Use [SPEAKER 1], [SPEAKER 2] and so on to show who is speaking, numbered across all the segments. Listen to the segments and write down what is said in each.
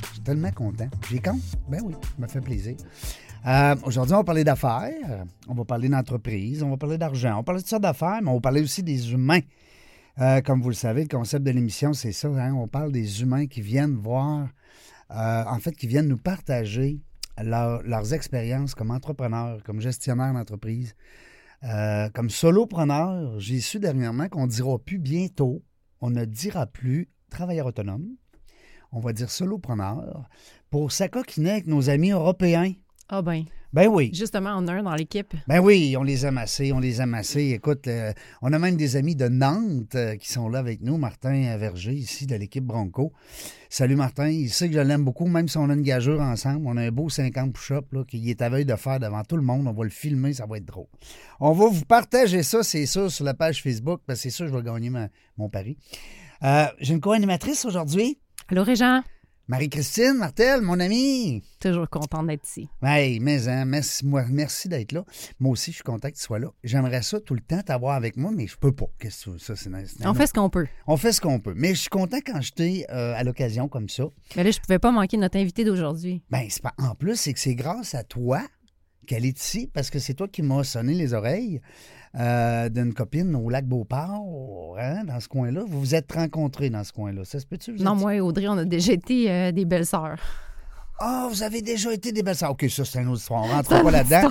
[SPEAKER 1] Je suis tellement content. J'ai compte? Ben oui, ça me fait plaisir. Euh, Aujourd'hui, on va parler d'affaires, on va parler d'entreprise, on va parler d'argent, on va parler de sortes d'affaires, mais on va parler aussi des humains. Euh, comme vous le savez, le concept de l'émission, c'est ça. hein, on parle des humains qui viennent voir, euh, en fait, qui viennent nous partager leur- leurs expériences comme entrepreneurs, comme gestionnaires d'entreprise, euh, comme solopreneurs. J'ai su dernièrement qu'on ne dira plus bientôt, on ne dira plus travailleur autonome on va dire solopreneur, pour s'acoquiner avec nos amis européens.
[SPEAKER 2] Ah ben,
[SPEAKER 1] Ben oui.
[SPEAKER 2] justement, on a un dans l'équipe.
[SPEAKER 1] Ben oui, on les a massés, on les a massés. Écoute, euh, on a même des amis de Nantes euh, qui sont là avec nous. Martin Verger, ici, de l'équipe Bronco. Salut Martin, il sait que je l'aime beaucoup, même si on a une gageure ensemble. On a un beau 50 push-up là, qu'il est à veille de faire devant tout le monde. On va le filmer, ça va être drôle. On va vous partager ça, c'est sûr, sur la page Facebook, parce que c'est sûr, je vais gagner ma- mon pari. Euh, j'ai une co-animatrice aujourd'hui,
[SPEAKER 2] Allô, Régent?
[SPEAKER 1] Marie-Christine Martel, mon amie.
[SPEAKER 2] Toujours contente d'être ici.
[SPEAKER 1] Hey, mais hein, merci, moi, merci d'être là. Moi aussi, je suis content que tu sois là. J'aimerais ça tout le temps t'avoir avec moi, mais je peux pas. Qu'est-ce que tu veux, ça, c'est nice.
[SPEAKER 2] on fait ce qu'on peut.
[SPEAKER 1] On fait ce qu'on peut. Mais je suis content quand je t'ai euh, à l'occasion comme ça.
[SPEAKER 2] Mais là, je pouvais pas manquer notre invité d'aujourd'hui.
[SPEAKER 1] Ben, c'est pas. En plus, c'est que c'est grâce à toi qu'elle est ici, parce que c'est toi qui m'as sonné les oreilles euh, d'une copine au lac Beauport, hein, dans ce coin-là. Vous vous êtes rencontrés dans ce coin-là. Ça se peut-tu? vous
[SPEAKER 2] Non,
[SPEAKER 1] êtes-
[SPEAKER 2] moi et Audrey, on a déjà été euh, des belles sœurs.
[SPEAKER 1] Ah, vous avez déjà été des belles sœurs. OK, ça, c'est une autre histoire. On rentre pas là-dedans.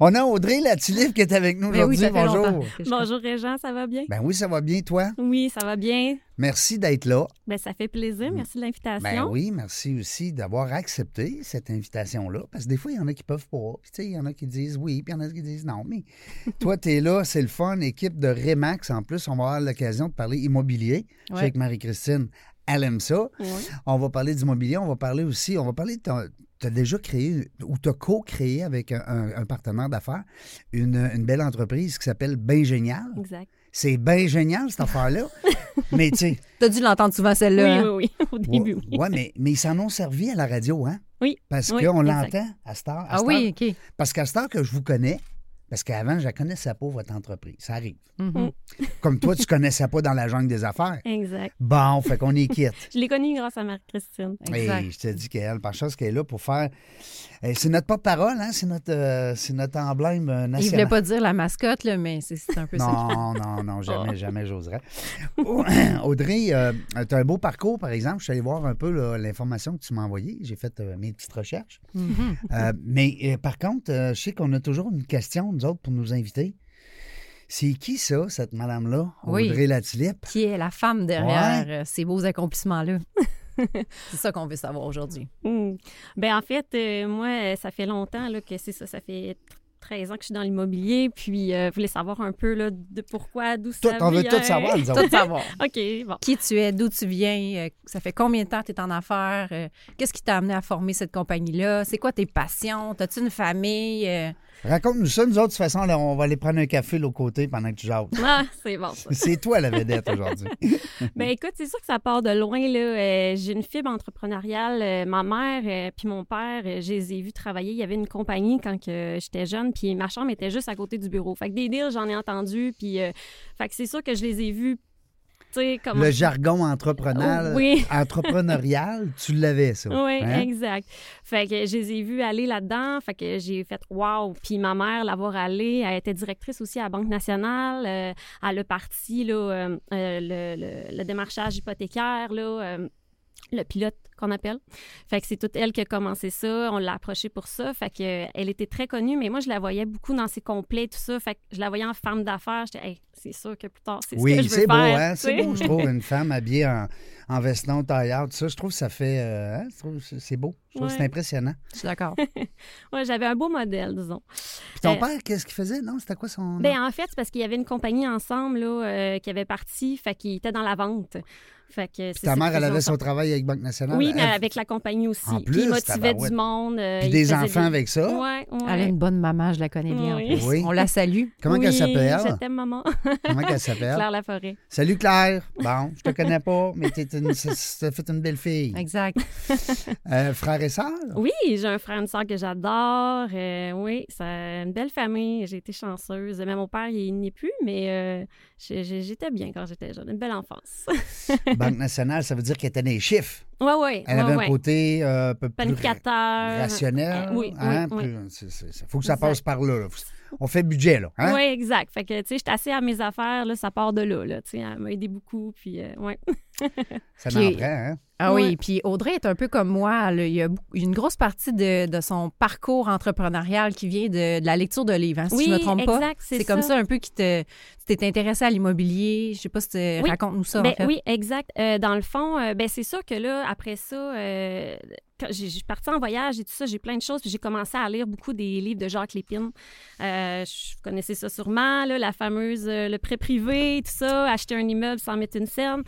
[SPEAKER 1] On a Audrey La Tulipe qui est avec nous
[SPEAKER 2] Mais Ben oui,
[SPEAKER 1] aujourd'hui.
[SPEAKER 2] ça fait longtemps.
[SPEAKER 1] Bonjour.
[SPEAKER 2] que je-
[SPEAKER 3] Bonjour Régent, ça va bien?
[SPEAKER 1] Ben oui, ça va bien, toi?
[SPEAKER 3] Oui, ça va bien.
[SPEAKER 1] Merci d'être là.
[SPEAKER 3] Ben, ça fait plaisir. Merci de
[SPEAKER 1] Ben
[SPEAKER 3] l'invitation.
[SPEAKER 1] oui, merci aussi d'avoir accepté cette invitation-là. Parce que des fois, il y en a qui peuvent pas. Puis, tu sais, il y en a qui disent oui, puis il y en a qui disent non. Mais toi, tu es là, c'est le fun. Équipe de Remax, en plus, on va avoir l'occasion de parler immobilier. Je sais
[SPEAKER 2] Ouais.
[SPEAKER 1] que Marie-Christine, elle aime ça.
[SPEAKER 3] Oui.
[SPEAKER 1] On va parler d'immobilier, on va parler aussi, on va parler de Tu as déjà créé ou tu as co-créé avec un, un- un partenaire d'affaires une, une belle entreprise qui s'appelle Ben Génial.
[SPEAKER 3] Exact.
[SPEAKER 1] C'est bien génial, cette affaire-là. mais tu sais,
[SPEAKER 2] T'as dû l'entendre souvent, celle-là. hein?
[SPEAKER 3] Oui, oui, oui. Au début,
[SPEAKER 1] Oui,
[SPEAKER 3] oui.
[SPEAKER 1] ouais, mais, mais ils s'en ont servi à la radio, hein?
[SPEAKER 3] Oui,
[SPEAKER 1] Parce
[SPEAKER 3] oui,
[SPEAKER 1] qu'on
[SPEAKER 3] exact.
[SPEAKER 1] l'entend à cette heure. à
[SPEAKER 2] Ah
[SPEAKER 1] cette
[SPEAKER 2] oui,
[SPEAKER 1] heure.
[SPEAKER 2] OK.
[SPEAKER 1] Parce qu'à cette heure que je vous connais, parce qu'avant, je la connaissais pas, votre entreprise. Ça arrive.
[SPEAKER 2] Mhm.
[SPEAKER 1] Comme toi, tu connaissais pas dans la jungle des affaires.
[SPEAKER 3] Exact.
[SPEAKER 1] Bon, fait qu'on est quitte.
[SPEAKER 3] Je l'ai connu grâce à Marie-Christine.
[SPEAKER 2] Exact.
[SPEAKER 1] Et je te dis qu'elle, par chance qu'elle est là pour faire. Eh, C'est notre porte-parole, hein? C'est notre, euh, c'est notre emblème euh,
[SPEAKER 2] Il
[SPEAKER 1] national.
[SPEAKER 2] voulait pas dire la mascotte, là, mais c'est- c'est un peu ça. Oh.
[SPEAKER 1] Non, non, non, jamais, jamais j'oserais. Au- Audrey, tu as un beau parcours, par exemple. Je suis allé voir un peu là, l'information que tu m'as envoyée. J'ai fait euh, mes petites recherches.
[SPEAKER 2] Mhm.
[SPEAKER 1] Euh, mais euh, par contre, euh, je sais qu'on a toujours une question, nous autres, pour nous inviter. C'est qui ça, cette madame-là,
[SPEAKER 2] Oui.
[SPEAKER 1] Audrey Latulippe?
[SPEAKER 2] Qui est la femme derrière euh, ces beaux accomplissements-là? c'est ça qu'on veut savoir aujourd'hui.
[SPEAKER 3] Mm. Ben, en fait, euh, moi, euh, ça fait longtemps là, que c'est ça. Ça fait tr- 13 ans que je suis dans l'immobilier. Puis, euh, je voulais savoir un peu là, de pourquoi, d'où
[SPEAKER 1] Tout,
[SPEAKER 3] ça hein?
[SPEAKER 1] on veut
[SPEAKER 3] vient.
[SPEAKER 1] tout savoir, nous autres.
[SPEAKER 2] Tout savoir.
[SPEAKER 3] OK, bon.
[SPEAKER 2] Qui tu es, d'où tu viens, euh, ça fait combien de temps que tu es en affaires, euh, qu'est-ce qui t'a amené à former cette compagnie-là, c'est quoi tes passions, as-tu une famille? euh,
[SPEAKER 1] Raconte-nous ça, nous autres, de toute façon, là, on va aller prendre un café de l'autre côté pendant que tu jases.
[SPEAKER 3] Ah, c'est bon, ça.
[SPEAKER 1] C'est toi la vedette aujourd'hui.
[SPEAKER 3] Ben écoute, c'est sûr que ça part de loin. Là. Euh, j'ai une fibre entrepreneuriale. Euh, ma mère euh, puis mon père, euh, je les ai vus travailler. Il y avait une compagnie quand que j'étais jeune, puis ma chambre était juste à côté du bureau. Fait que des deals, j'en ai entendu. Puis, euh, fait que c'est sûr que je les ai vus, tu sais, comme...
[SPEAKER 1] Le jargon entrepreneurial,
[SPEAKER 3] Oh, Oui.
[SPEAKER 1] entrepreneurial tu l'avais, ça.
[SPEAKER 3] Oui,
[SPEAKER 1] hein?
[SPEAKER 3] exact. Fait que je les ai vus aller là-dedans. Fait que j'ai fait wow. Puis ma mère, l'avoir allée, elle était directrice aussi à la Banque nationale. Euh, elle a parti là, euh, euh, le, le- le démarchage hypothécaire, là, euh, le pilote qu'on appelle. Fait que c'est toute elle qui a commencé ça. On l'a approchée pour ça. Fait que euh, elle était très connue, mais moi, je la voyais beaucoup dans ses complets, tout ça. Fait que je la voyais en femme d'affaires. J'étais, Hey, c'est sûr que plus tard, c'est ce que
[SPEAKER 1] Oui,
[SPEAKER 3] je veux
[SPEAKER 1] c'est beau,
[SPEAKER 3] faire,
[SPEAKER 1] hein?
[SPEAKER 3] tu
[SPEAKER 1] C'est
[SPEAKER 3] sais.
[SPEAKER 1] beau, je trouve, une femme habillée en, en veston taillard, tout ça. Je trouve que ça fait. euh, hein, je trouve que c'est beau. Je trouve que c'est
[SPEAKER 3] Ouais.
[SPEAKER 1] impressionnant.
[SPEAKER 2] Je suis d'accord.
[SPEAKER 3] Ouais, j'avais un beau modèle, disons.
[SPEAKER 1] Puis ton
[SPEAKER 3] Euh,
[SPEAKER 1] père, qu'est-ce qu'il faisait? Non, c'était quoi son.
[SPEAKER 3] Ben, en fait, c'est parce qu'il y avait une compagnie ensemble là, euh, qui avait parti, fait qu'il était dans la vente. Fait que
[SPEAKER 1] Puis
[SPEAKER 3] c'est-
[SPEAKER 1] ta
[SPEAKER 3] c'est
[SPEAKER 1] mère, elle
[SPEAKER 3] très
[SPEAKER 1] avait son
[SPEAKER 3] important.
[SPEAKER 1] travail avec Banque nationale.
[SPEAKER 3] Oui,
[SPEAKER 1] Elle-
[SPEAKER 3] mais avec la compagnie aussi.
[SPEAKER 1] En
[SPEAKER 3] Puis
[SPEAKER 1] plus,
[SPEAKER 3] il motivait
[SPEAKER 1] tabarouette.
[SPEAKER 3] du monde. euh,
[SPEAKER 1] Puis
[SPEAKER 3] il
[SPEAKER 1] des
[SPEAKER 3] faisait
[SPEAKER 1] enfants avec ça.
[SPEAKER 3] Ouais, ouais.
[SPEAKER 2] Elle a une bonne maman, je la connais bien. en
[SPEAKER 3] Oui.
[SPEAKER 2] plus.
[SPEAKER 1] Oui.
[SPEAKER 2] On la salue.
[SPEAKER 1] Comment qu'elle
[SPEAKER 3] Oui,
[SPEAKER 1] s'appelle?
[SPEAKER 3] Je t'aime, maman.
[SPEAKER 1] Comment qu'elle s'appelle?
[SPEAKER 3] Claire Laforêt.
[SPEAKER 1] Salut Claire. Bon, je te connais pas, mais t'es une, c'est- c'est- t'as fait une belle fille.
[SPEAKER 2] Exact.
[SPEAKER 1] Euh, frère et sœur?
[SPEAKER 3] Oui, j'ai un frère et une sœur que j'adore. Euh, oui, c'est une belle famille. J'ai été chanceuse. Même mon père, il n'y est plus, mais euh, j'ai- j'ai- j'étais bien quand j'étais jeune. Une belle enfance.
[SPEAKER 1] Banque nationale, ça veut dire qu'elle était dans les chiffres.
[SPEAKER 3] Oui, oui.
[SPEAKER 1] Elle avait un côté euh, un peu plus
[SPEAKER 3] Planificateur.
[SPEAKER 1] rationnel.
[SPEAKER 3] Euh, oui, oui,
[SPEAKER 1] hein,
[SPEAKER 3] oui.
[SPEAKER 1] plus- c'est- c'est- c'est- faut que ça
[SPEAKER 3] Exact.
[SPEAKER 1] passe par là. là. Faut- On fait budget, là. hein?
[SPEAKER 3] Oui, exact. Fait que, tu sais, j'étais assez à mes affaires, là, ça part de là, là. Tu sais, elle m'a aidé beaucoup, puis, euh, ouais.
[SPEAKER 1] Ça
[SPEAKER 2] Puis-
[SPEAKER 1] m'en prend, hein?
[SPEAKER 2] Ah oui,
[SPEAKER 3] Ouais.
[SPEAKER 2] puis Audrey est un peu comme moi. là. Il y a beaucoup- une grosse partie de, de son parcours entrepreneurial qui vient de, de la lecture de livres, hein, si
[SPEAKER 3] oui,
[SPEAKER 2] je ne me trompe pas.
[SPEAKER 3] exact, c'est
[SPEAKER 2] C'est comme ça un peu qui te. Tu t'es intéressé à l'immobilier. Je sais pas si tu
[SPEAKER 3] Oui.
[SPEAKER 2] raconte-nous ça. en
[SPEAKER 3] Ben
[SPEAKER 2] fait.
[SPEAKER 3] oui, exact. Euh, dans le fond, euh, ben, c'est sûr que là, après ça, euh, quand j'ai- je suis partie en voyage et tout ça, j'ai plein de choses, puis j'ai commencé à lire beaucoup des livres de Jacques Lépine. Euh, je- vous connaissez ça sûrement, là, la fameuse euh, Le prêt privé, tout ça, acheter un immeuble sans mettre une scène.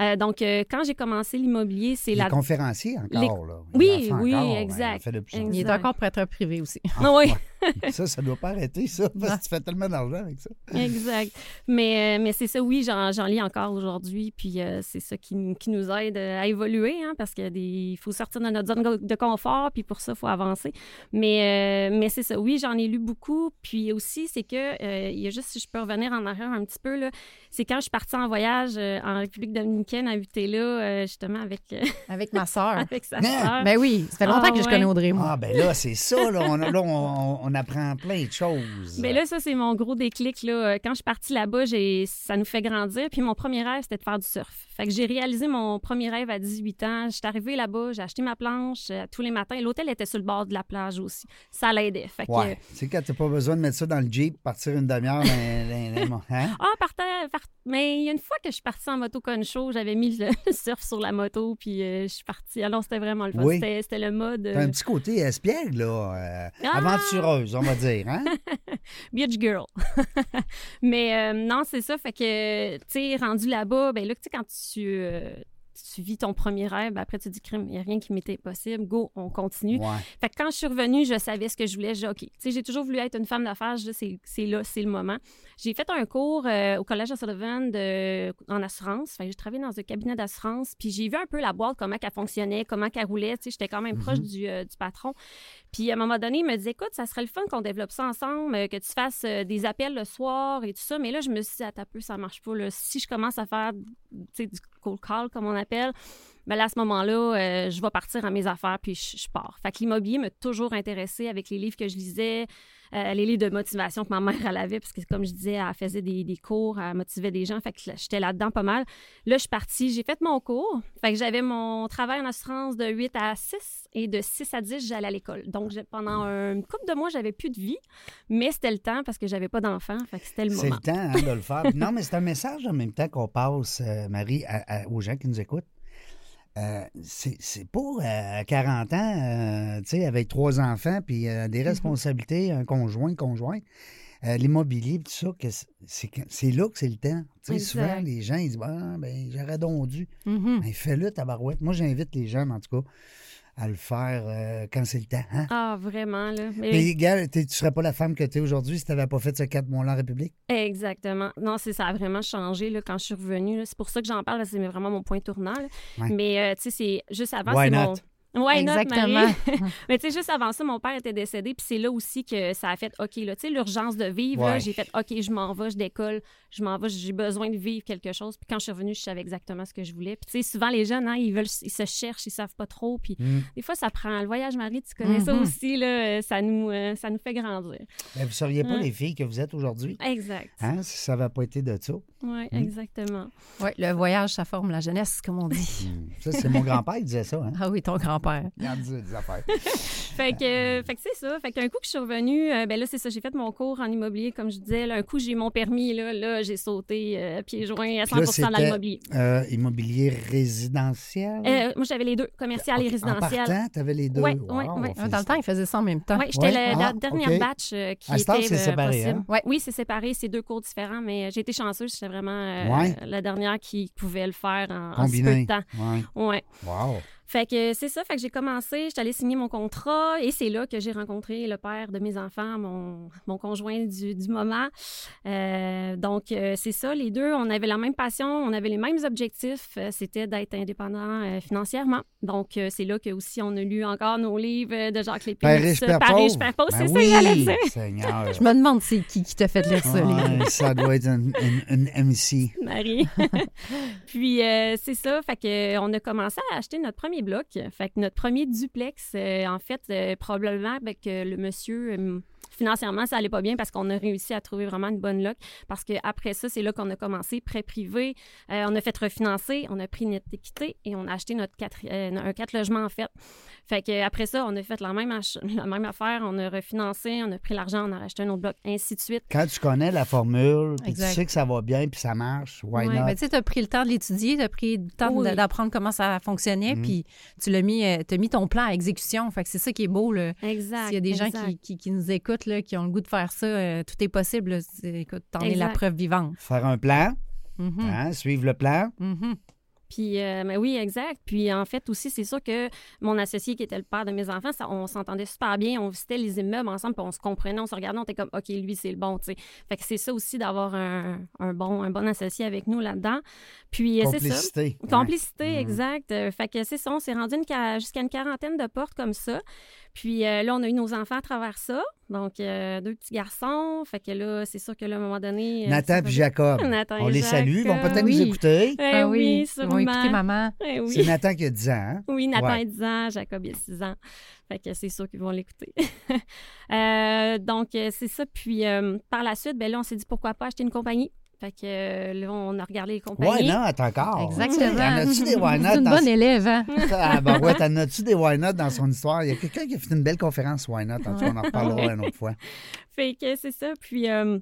[SPEAKER 3] Euh, donc, euh, quand j'ai commencé l'immobilier, c'est
[SPEAKER 1] Il
[SPEAKER 3] la...
[SPEAKER 1] est conférencier encore, là. Il
[SPEAKER 3] Oui,
[SPEAKER 1] en fait
[SPEAKER 3] oui,
[SPEAKER 1] encore, hein, il en
[SPEAKER 3] exact.
[SPEAKER 1] fait de plus en
[SPEAKER 2] Il est
[SPEAKER 3] Exact.
[SPEAKER 2] encore prêteur privé aussi.
[SPEAKER 3] Non, oui.
[SPEAKER 1] plus. Ça, ça doit pas arrêter, ça, parce que tu fais tellement d'argent avec ça.
[SPEAKER 3] Exact. Mais, euh, mais c'est ça, oui, j'en j'en lis encore aujourd'hui. Puis euh, c'est ça qui, nous- qui nous aide euh, à évoluer, hein, parce qu'il faut sortir de notre zone go- de confort, puis pour ça, il faut avancer. Mais, euh, mais c'est ça, oui, j'en ai lu beaucoup. Puis aussi, c'est que, euh, il y a juste, si je peux revenir en arrière un petit peu, là, c'est quand je suis partie en voyage euh, en République dominicaine, à Utela, euh, justement, avec, euh,
[SPEAKER 2] Avec ma sœur.
[SPEAKER 3] avec sa
[SPEAKER 1] Non.
[SPEAKER 3] sœur.
[SPEAKER 2] ben oui, ça fait longtemps
[SPEAKER 3] Ah
[SPEAKER 2] que je
[SPEAKER 3] ouais.
[SPEAKER 2] connais Audrey, moi.
[SPEAKER 1] Ah, ben là, c'est ça, là. On, là, on, on apprend plein de choses.
[SPEAKER 3] Mais là, ça, c'est mon gros déclic. Là. Euh, Quand je suis partie là-bas, j'ai... ça nous fait grandir. Puis mon premier rêve, c'était de faire du surf. Fait que j'ai réalisé mon premier rêve à 18 ans. J'étais arrivée là-bas, j'ai acheté ma planche euh, tous les matins. L'hôtel était sur le bord de la plage aussi. Ça l'aidait. Fait que, euh,
[SPEAKER 1] Ouais. Tu sais, quand t'as pas besoin de mettre ça dans le Jeep, partir une demi-heure, dans- dans- dans- hein?
[SPEAKER 3] Ah, partais, part- mais il y a une fois que je suis partie en moto concho, j'avais mis le le surf sur la moto, puis euh, je suis partie. Alors, c'était vraiment le fun.
[SPEAKER 1] Oui.
[SPEAKER 3] C'était, c'était le mode
[SPEAKER 1] T'as
[SPEAKER 3] euh,
[SPEAKER 1] un petit côté espiègle, là. euh,
[SPEAKER 3] Ah!
[SPEAKER 1] Aventureuse, on va dire, hein?
[SPEAKER 3] Beach Girl. Mais euh, non, c'est ça. Fait que, tu sais, rendu là-bas, ben là, tu sais, quand tu, euh, tu vis ton premier rêve, ben après, tu te dis, crime, il n'y a rien qui m'était possible. Go, on continue.
[SPEAKER 1] Ouais.
[SPEAKER 3] Fait que quand je suis revenue, je savais ce que je voulais. J'ai, OK. Tu sais, j'ai toujours voulu être une femme d'affaires. Je dis, C'est, c'est là, c'est le moment. J'ai fait un cours euh, au Collège O'Sullivan de, en assurance. Fait que j'ai travaillé dans un cabinet d'assurance. Puis j'ai vu un peu la boîte, comment qu'elle fonctionnait, comment qu'elle roulait. Tu sais, j'étais quand même proche du, euh, du patron. Puis à un moment donné, il me disait, écoute, ça serait le fun qu'on développe ça ensemble, euh, que tu fasses euh, des appels le soir et tout ça. Mais là, je me suis dit, attends un peu, ça marche pas. là. Si je commence à faire tu sais, du cold call, comme on appelle, ben là, à ce moment-là, euh, je vais partir à mes affaires puis je, je pars. Fait que l'immobilier m'a toujours intéressée avec les livres que je lisais, euh, les livres de motivation que ma mère, elle avait, parce que comme je disais, elle faisait des, des cours, elle motivait des gens. Fait que là, j'étais là-dedans pas mal. Là, je suis partie, j'ai fait mon cours. Fait que j'avais mon travail en assurance de 8 à 6 et de 6 à 10, j'allais à l'école. Donc, j'ai- pendant une couple de mois, j'avais plus de vie, mais c'était le temps parce que j'avais pas d'enfant. Fait que c'était le
[SPEAKER 1] C'est
[SPEAKER 3] moment.
[SPEAKER 1] le temps hein, de le faire. Puis Non, mais c'est un message en même temps qu'on passe, euh, Marie, à- à- aux gens qui nous écoutent. Euh, c'est c'est pas euh, à 40 ans, euh, tu sais, avec trois enfants, puis euh,
[SPEAKER 3] Mm-hmm.
[SPEAKER 1] des responsabilités, un conjoint, une conjointe, euh, l'immobilier, puis tout ça, que c'est- c'est que- c'est là que c'est le temps. Tu sais,
[SPEAKER 3] Exact. Mm.
[SPEAKER 1] souvent, les gens, ils disent, ah, ben, j'aurais donc dû.
[SPEAKER 3] Ah.
[SPEAKER 2] Mhm.
[SPEAKER 1] Ben, fais-le, tabarouette. Moi, j'invite les jeunes, en tout cas, à le faire euh, quand c'est le temps. Hein?
[SPEAKER 3] Ah, vraiment, là. Mais-
[SPEAKER 1] Puis, gars, t'es- tu serais pas la femme que tu es aujourd'hui si tu n'avais pas fait ce quatre mois-là en République.
[SPEAKER 3] Exactement. Non, c'est ça a vraiment changé là, quand je suis revenue. là. C'est pour ça que j'en parle, parce que c'est vraiment mon point tournant. là.
[SPEAKER 1] Ouais.
[SPEAKER 3] Mais euh, tu sais, c'est juste avant,
[SPEAKER 1] Why
[SPEAKER 3] c'est
[SPEAKER 1] not?
[SPEAKER 3] mon. Why not,
[SPEAKER 2] Exactement.
[SPEAKER 3] Marie? Mais tu sais, juste avant ça, mon père était décédé, puis c'est là aussi que ça a fait OK, là, tu sais, l'urgence de vivre, là,
[SPEAKER 1] Ouais.
[SPEAKER 3] j'ai fait OK, je m'en vais, je décolle, je m'en vais, j'ai besoin de vivre quelque chose. Puis quand je suis revenue, je savais exactement ce que je voulais. Puis tu sais, souvent les jeunes, hein, ils veulent, ils se cherchent, ils savent pas trop. Puis
[SPEAKER 1] Mm.
[SPEAKER 3] des fois, ça prend le voyage, Marie, tu connais ça
[SPEAKER 2] Mhm.
[SPEAKER 3] aussi, là, euh, ça nous, euh, ça nous fait grandir.
[SPEAKER 1] Ben, vous ne seriez pas
[SPEAKER 3] Ouais.
[SPEAKER 1] les filles que vous êtes aujourd'hui.
[SPEAKER 3] Exact.
[SPEAKER 1] Hein, si ça n'avait pas été de ça.
[SPEAKER 3] Oui,
[SPEAKER 1] Mm.
[SPEAKER 3] exactement.
[SPEAKER 2] Ouais, le voyage, ça forme la jeunesse, comme on dit.
[SPEAKER 1] Ça, c'est mon grand-père qui disait ça. Hein?
[SPEAKER 2] Ah oui, ton affaires.
[SPEAKER 1] Rendu à des affaires.
[SPEAKER 3] Fait que, euh, fait que c'est ça. Fait qu'un coup que je suis revenue, euh, ben là, c'est ça. J'ai fait mon cours en immobilier, comme je disais. Là, un coup, j'ai mon permis. Là, là j'ai sauté euh, pieds joints à 100
[SPEAKER 1] là,
[SPEAKER 3] dans
[SPEAKER 1] c'était-
[SPEAKER 3] l'immobilier.
[SPEAKER 1] Euh, immobilier résidentiel.
[SPEAKER 3] Euh, moi, j'avais les deux, commercial et
[SPEAKER 1] Ok, En
[SPEAKER 3] résidentiel.
[SPEAKER 1] partant, tu avais les deux.
[SPEAKER 3] Ouais,
[SPEAKER 1] Wow,
[SPEAKER 3] ouais, ouais.
[SPEAKER 1] félicitations.
[SPEAKER 2] Ah, Dans le temps, ils faisaient ça en même temps.
[SPEAKER 3] Oui, j'étais
[SPEAKER 1] Ouais,
[SPEAKER 3] la,
[SPEAKER 1] ah,
[SPEAKER 3] la dernière
[SPEAKER 1] ok.
[SPEAKER 3] batch euh, qui
[SPEAKER 1] À cette heure,
[SPEAKER 3] était
[SPEAKER 1] c'est
[SPEAKER 3] euh,
[SPEAKER 1] séparé,
[SPEAKER 3] possible.
[SPEAKER 1] hein?
[SPEAKER 3] Ouais, oui, c'est séparé, c'est deux cours différents, mais euh, j'ai été chanceuse, j'étais vraiment euh,
[SPEAKER 1] Ouais.
[SPEAKER 3] la dernière qui pouvait le faire en, en si peu
[SPEAKER 1] Combiné.
[SPEAKER 3] de temps.
[SPEAKER 1] Ouais.
[SPEAKER 3] Ouais.
[SPEAKER 1] Wow.
[SPEAKER 3] Fait que euh, c'est ça, fait que j'ai commencé, j'étais allée signer mon contrat et c'est là que j'ai rencontré le père de mes enfants, mon, mon conjoint du, du moment. Euh, donc euh, c'est ça, les deux, on avait la même passion, on avait les mêmes objectifs, euh, c'était d'être indépendant euh, financièrement. Donc euh, c'est là que aussi on a lu encore nos livres euh, de Jacques Lépine.
[SPEAKER 1] Père riche, père
[SPEAKER 3] Père riche,
[SPEAKER 1] pauvre.
[SPEAKER 3] père pauvre,
[SPEAKER 1] Ben
[SPEAKER 3] c'est ça
[SPEAKER 1] oui,
[SPEAKER 3] que j'allais dire.
[SPEAKER 1] Seigneur.
[SPEAKER 2] Je me demande c'est qui qui t'a fait lire ça. les-
[SPEAKER 1] Ouais, ça doit être une, une- une MC.
[SPEAKER 3] Marie. Puis euh, c'est ça, fait que euh, on a commencé à acheter notre premier bloc, fait que notre premier duplex euh, en fait euh, probablement avec euh, le monsieur euh, financièrement ça allait pas bien parce qu'on a réussi à trouver vraiment une bonne loc parce que après ça c'est là qu'on a commencé prêt privé, Euh, on a fait refinancer, on a pris notre équité et on a acheté notre quatre euh, un quatre logements en fait. Fait que euh, après ça on a fait la même ach- la même affaire, on a refinancé, on a pris l'argent, on a racheté un autre bloc ainsi de suite.
[SPEAKER 1] Quand tu connais la formule, puis tu
[SPEAKER 2] Exact.
[SPEAKER 1] sais que ça va bien, puis ça marche, why
[SPEAKER 3] Ouais, ben
[SPEAKER 1] not?
[SPEAKER 2] Mais Ben, tu sais, tu as pris le temps de l'étudier, tu as pris le temps
[SPEAKER 3] Oui.
[SPEAKER 2] de- d'apprendre comment ça fonctionnait,
[SPEAKER 1] Mhm.
[SPEAKER 2] puis tu l'as mis, euh, t'as mis ton plan à exécution. Fait que c'est ça qui est beau. là.
[SPEAKER 3] Exact.
[SPEAKER 2] S'il y a des gens
[SPEAKER 3] exact.
[SPEAKER 2] qui, qui- qui nous écoutent, là, qui ont le goût de faire ça, euh, tout est possible. là. C'est- Écoute, t'en es la
[SPEAKER 3] Exact.
[SPEAKER 2] preuve vivante.
[SPEAKER 1] Faire un plan,
[SPEAKER 3] Mm.
[SPEAKER 2] Mhm,
[SPEAKER 1] hein, suivre le plan.
[SPEAKER 2] mhm.
[SPEAKER 3] Puis, euh, mais oui, exact. Puis, en fait, aussi, c'est sûr que mon associé, qui était le père de mes enfants, ça, on s'entendait super bien. On visitait les immeubles ensemble, puis on se comprenait, on se regardait, on était comme, OK, lui, c'est le bon, tu sais. Fait que c'est ça aussi d'avoir un, un bon, un bon associé avec nous là-dedans. Puis, euh, c'est ça.
[SPEAKER 1] Complicité. hein.
[SPEAKER 3] Complicité,
[SPEAKER 1] Mhm.
[SPEAKER 3] exact. Euh, fait que c'est ça, on s'est rendu une ca- jusqu'à une quarantaine de portes comme ça. Puis euh, là, on a eu nos enfants à travers ça. Donc, euh, deux petits garçons. Fait que là, c'est sûr que là, à un moment donné. euh, ça
[SPEAKER 1] Nathan
[SPEAKER 3] va-
[SPEAKER 1] puis Jacob.
[SPEAKER 3] Nathan
[SPEAKER 1] On
[SPEAKER 3] et
[SPEAKER 1] les salue, ils vont
[SPEAKER 3] Jacob.
[SPEAKER 1] peut-être
[SPEAKER 2] Oui.
[SPEAKER 1] nous écouter.
[SPEAKER 3] Eh
[SPEAKER 2] Ah ils
[SPEAKER 3] oui,
[SPEAKER 2] vont
[SPEAKER 3] sûrement.
[SPEAKER 2] écouter maman.
[SPEAKER 3] Eh oui.
[SPEAKER 1] C'est Nathan qui a 10 ans. hein?
[SPEAKER 3] Oui, Nathan
[SPEAKER 1] Ouais.
[SPEAKER 3] a 10 ans, Jacob il a 6 ans. Fait que c'est sûr qu'ils vont l'écouter. Euh, donc, euh, c'est ça. Puis, euh, par la suite, ben là, on s'est dit pourquoi pas acheter une compagnie. Fait que euh, là, on a regardé les
[SPEAKER 1] Why
[SPEAKER 3] compagnies.
[SPEAKER 1] not encore?
[SPEAKER 2] Exactement.
[SPEAKER 1] T'en as-tu des why
[SPEAKER 2] C'est
[SPEAKER 1] not
[SPEAKER 2] une
[SPEAKER 1] dans
[SPEAKER 2] bonne élève, hein?
[SPEAKER 1] Ah, ben ouais, t'en as-tu des why not dans son histoire? Il y a quelqu'un qui a fait une belle conférence why not. En tout cas, on en reparlera
[SPEAKER 3] Ah.
[SPEAKER 1] une autre fois.
[SPEAKER 3] Fait que c'est ça. Puis euh,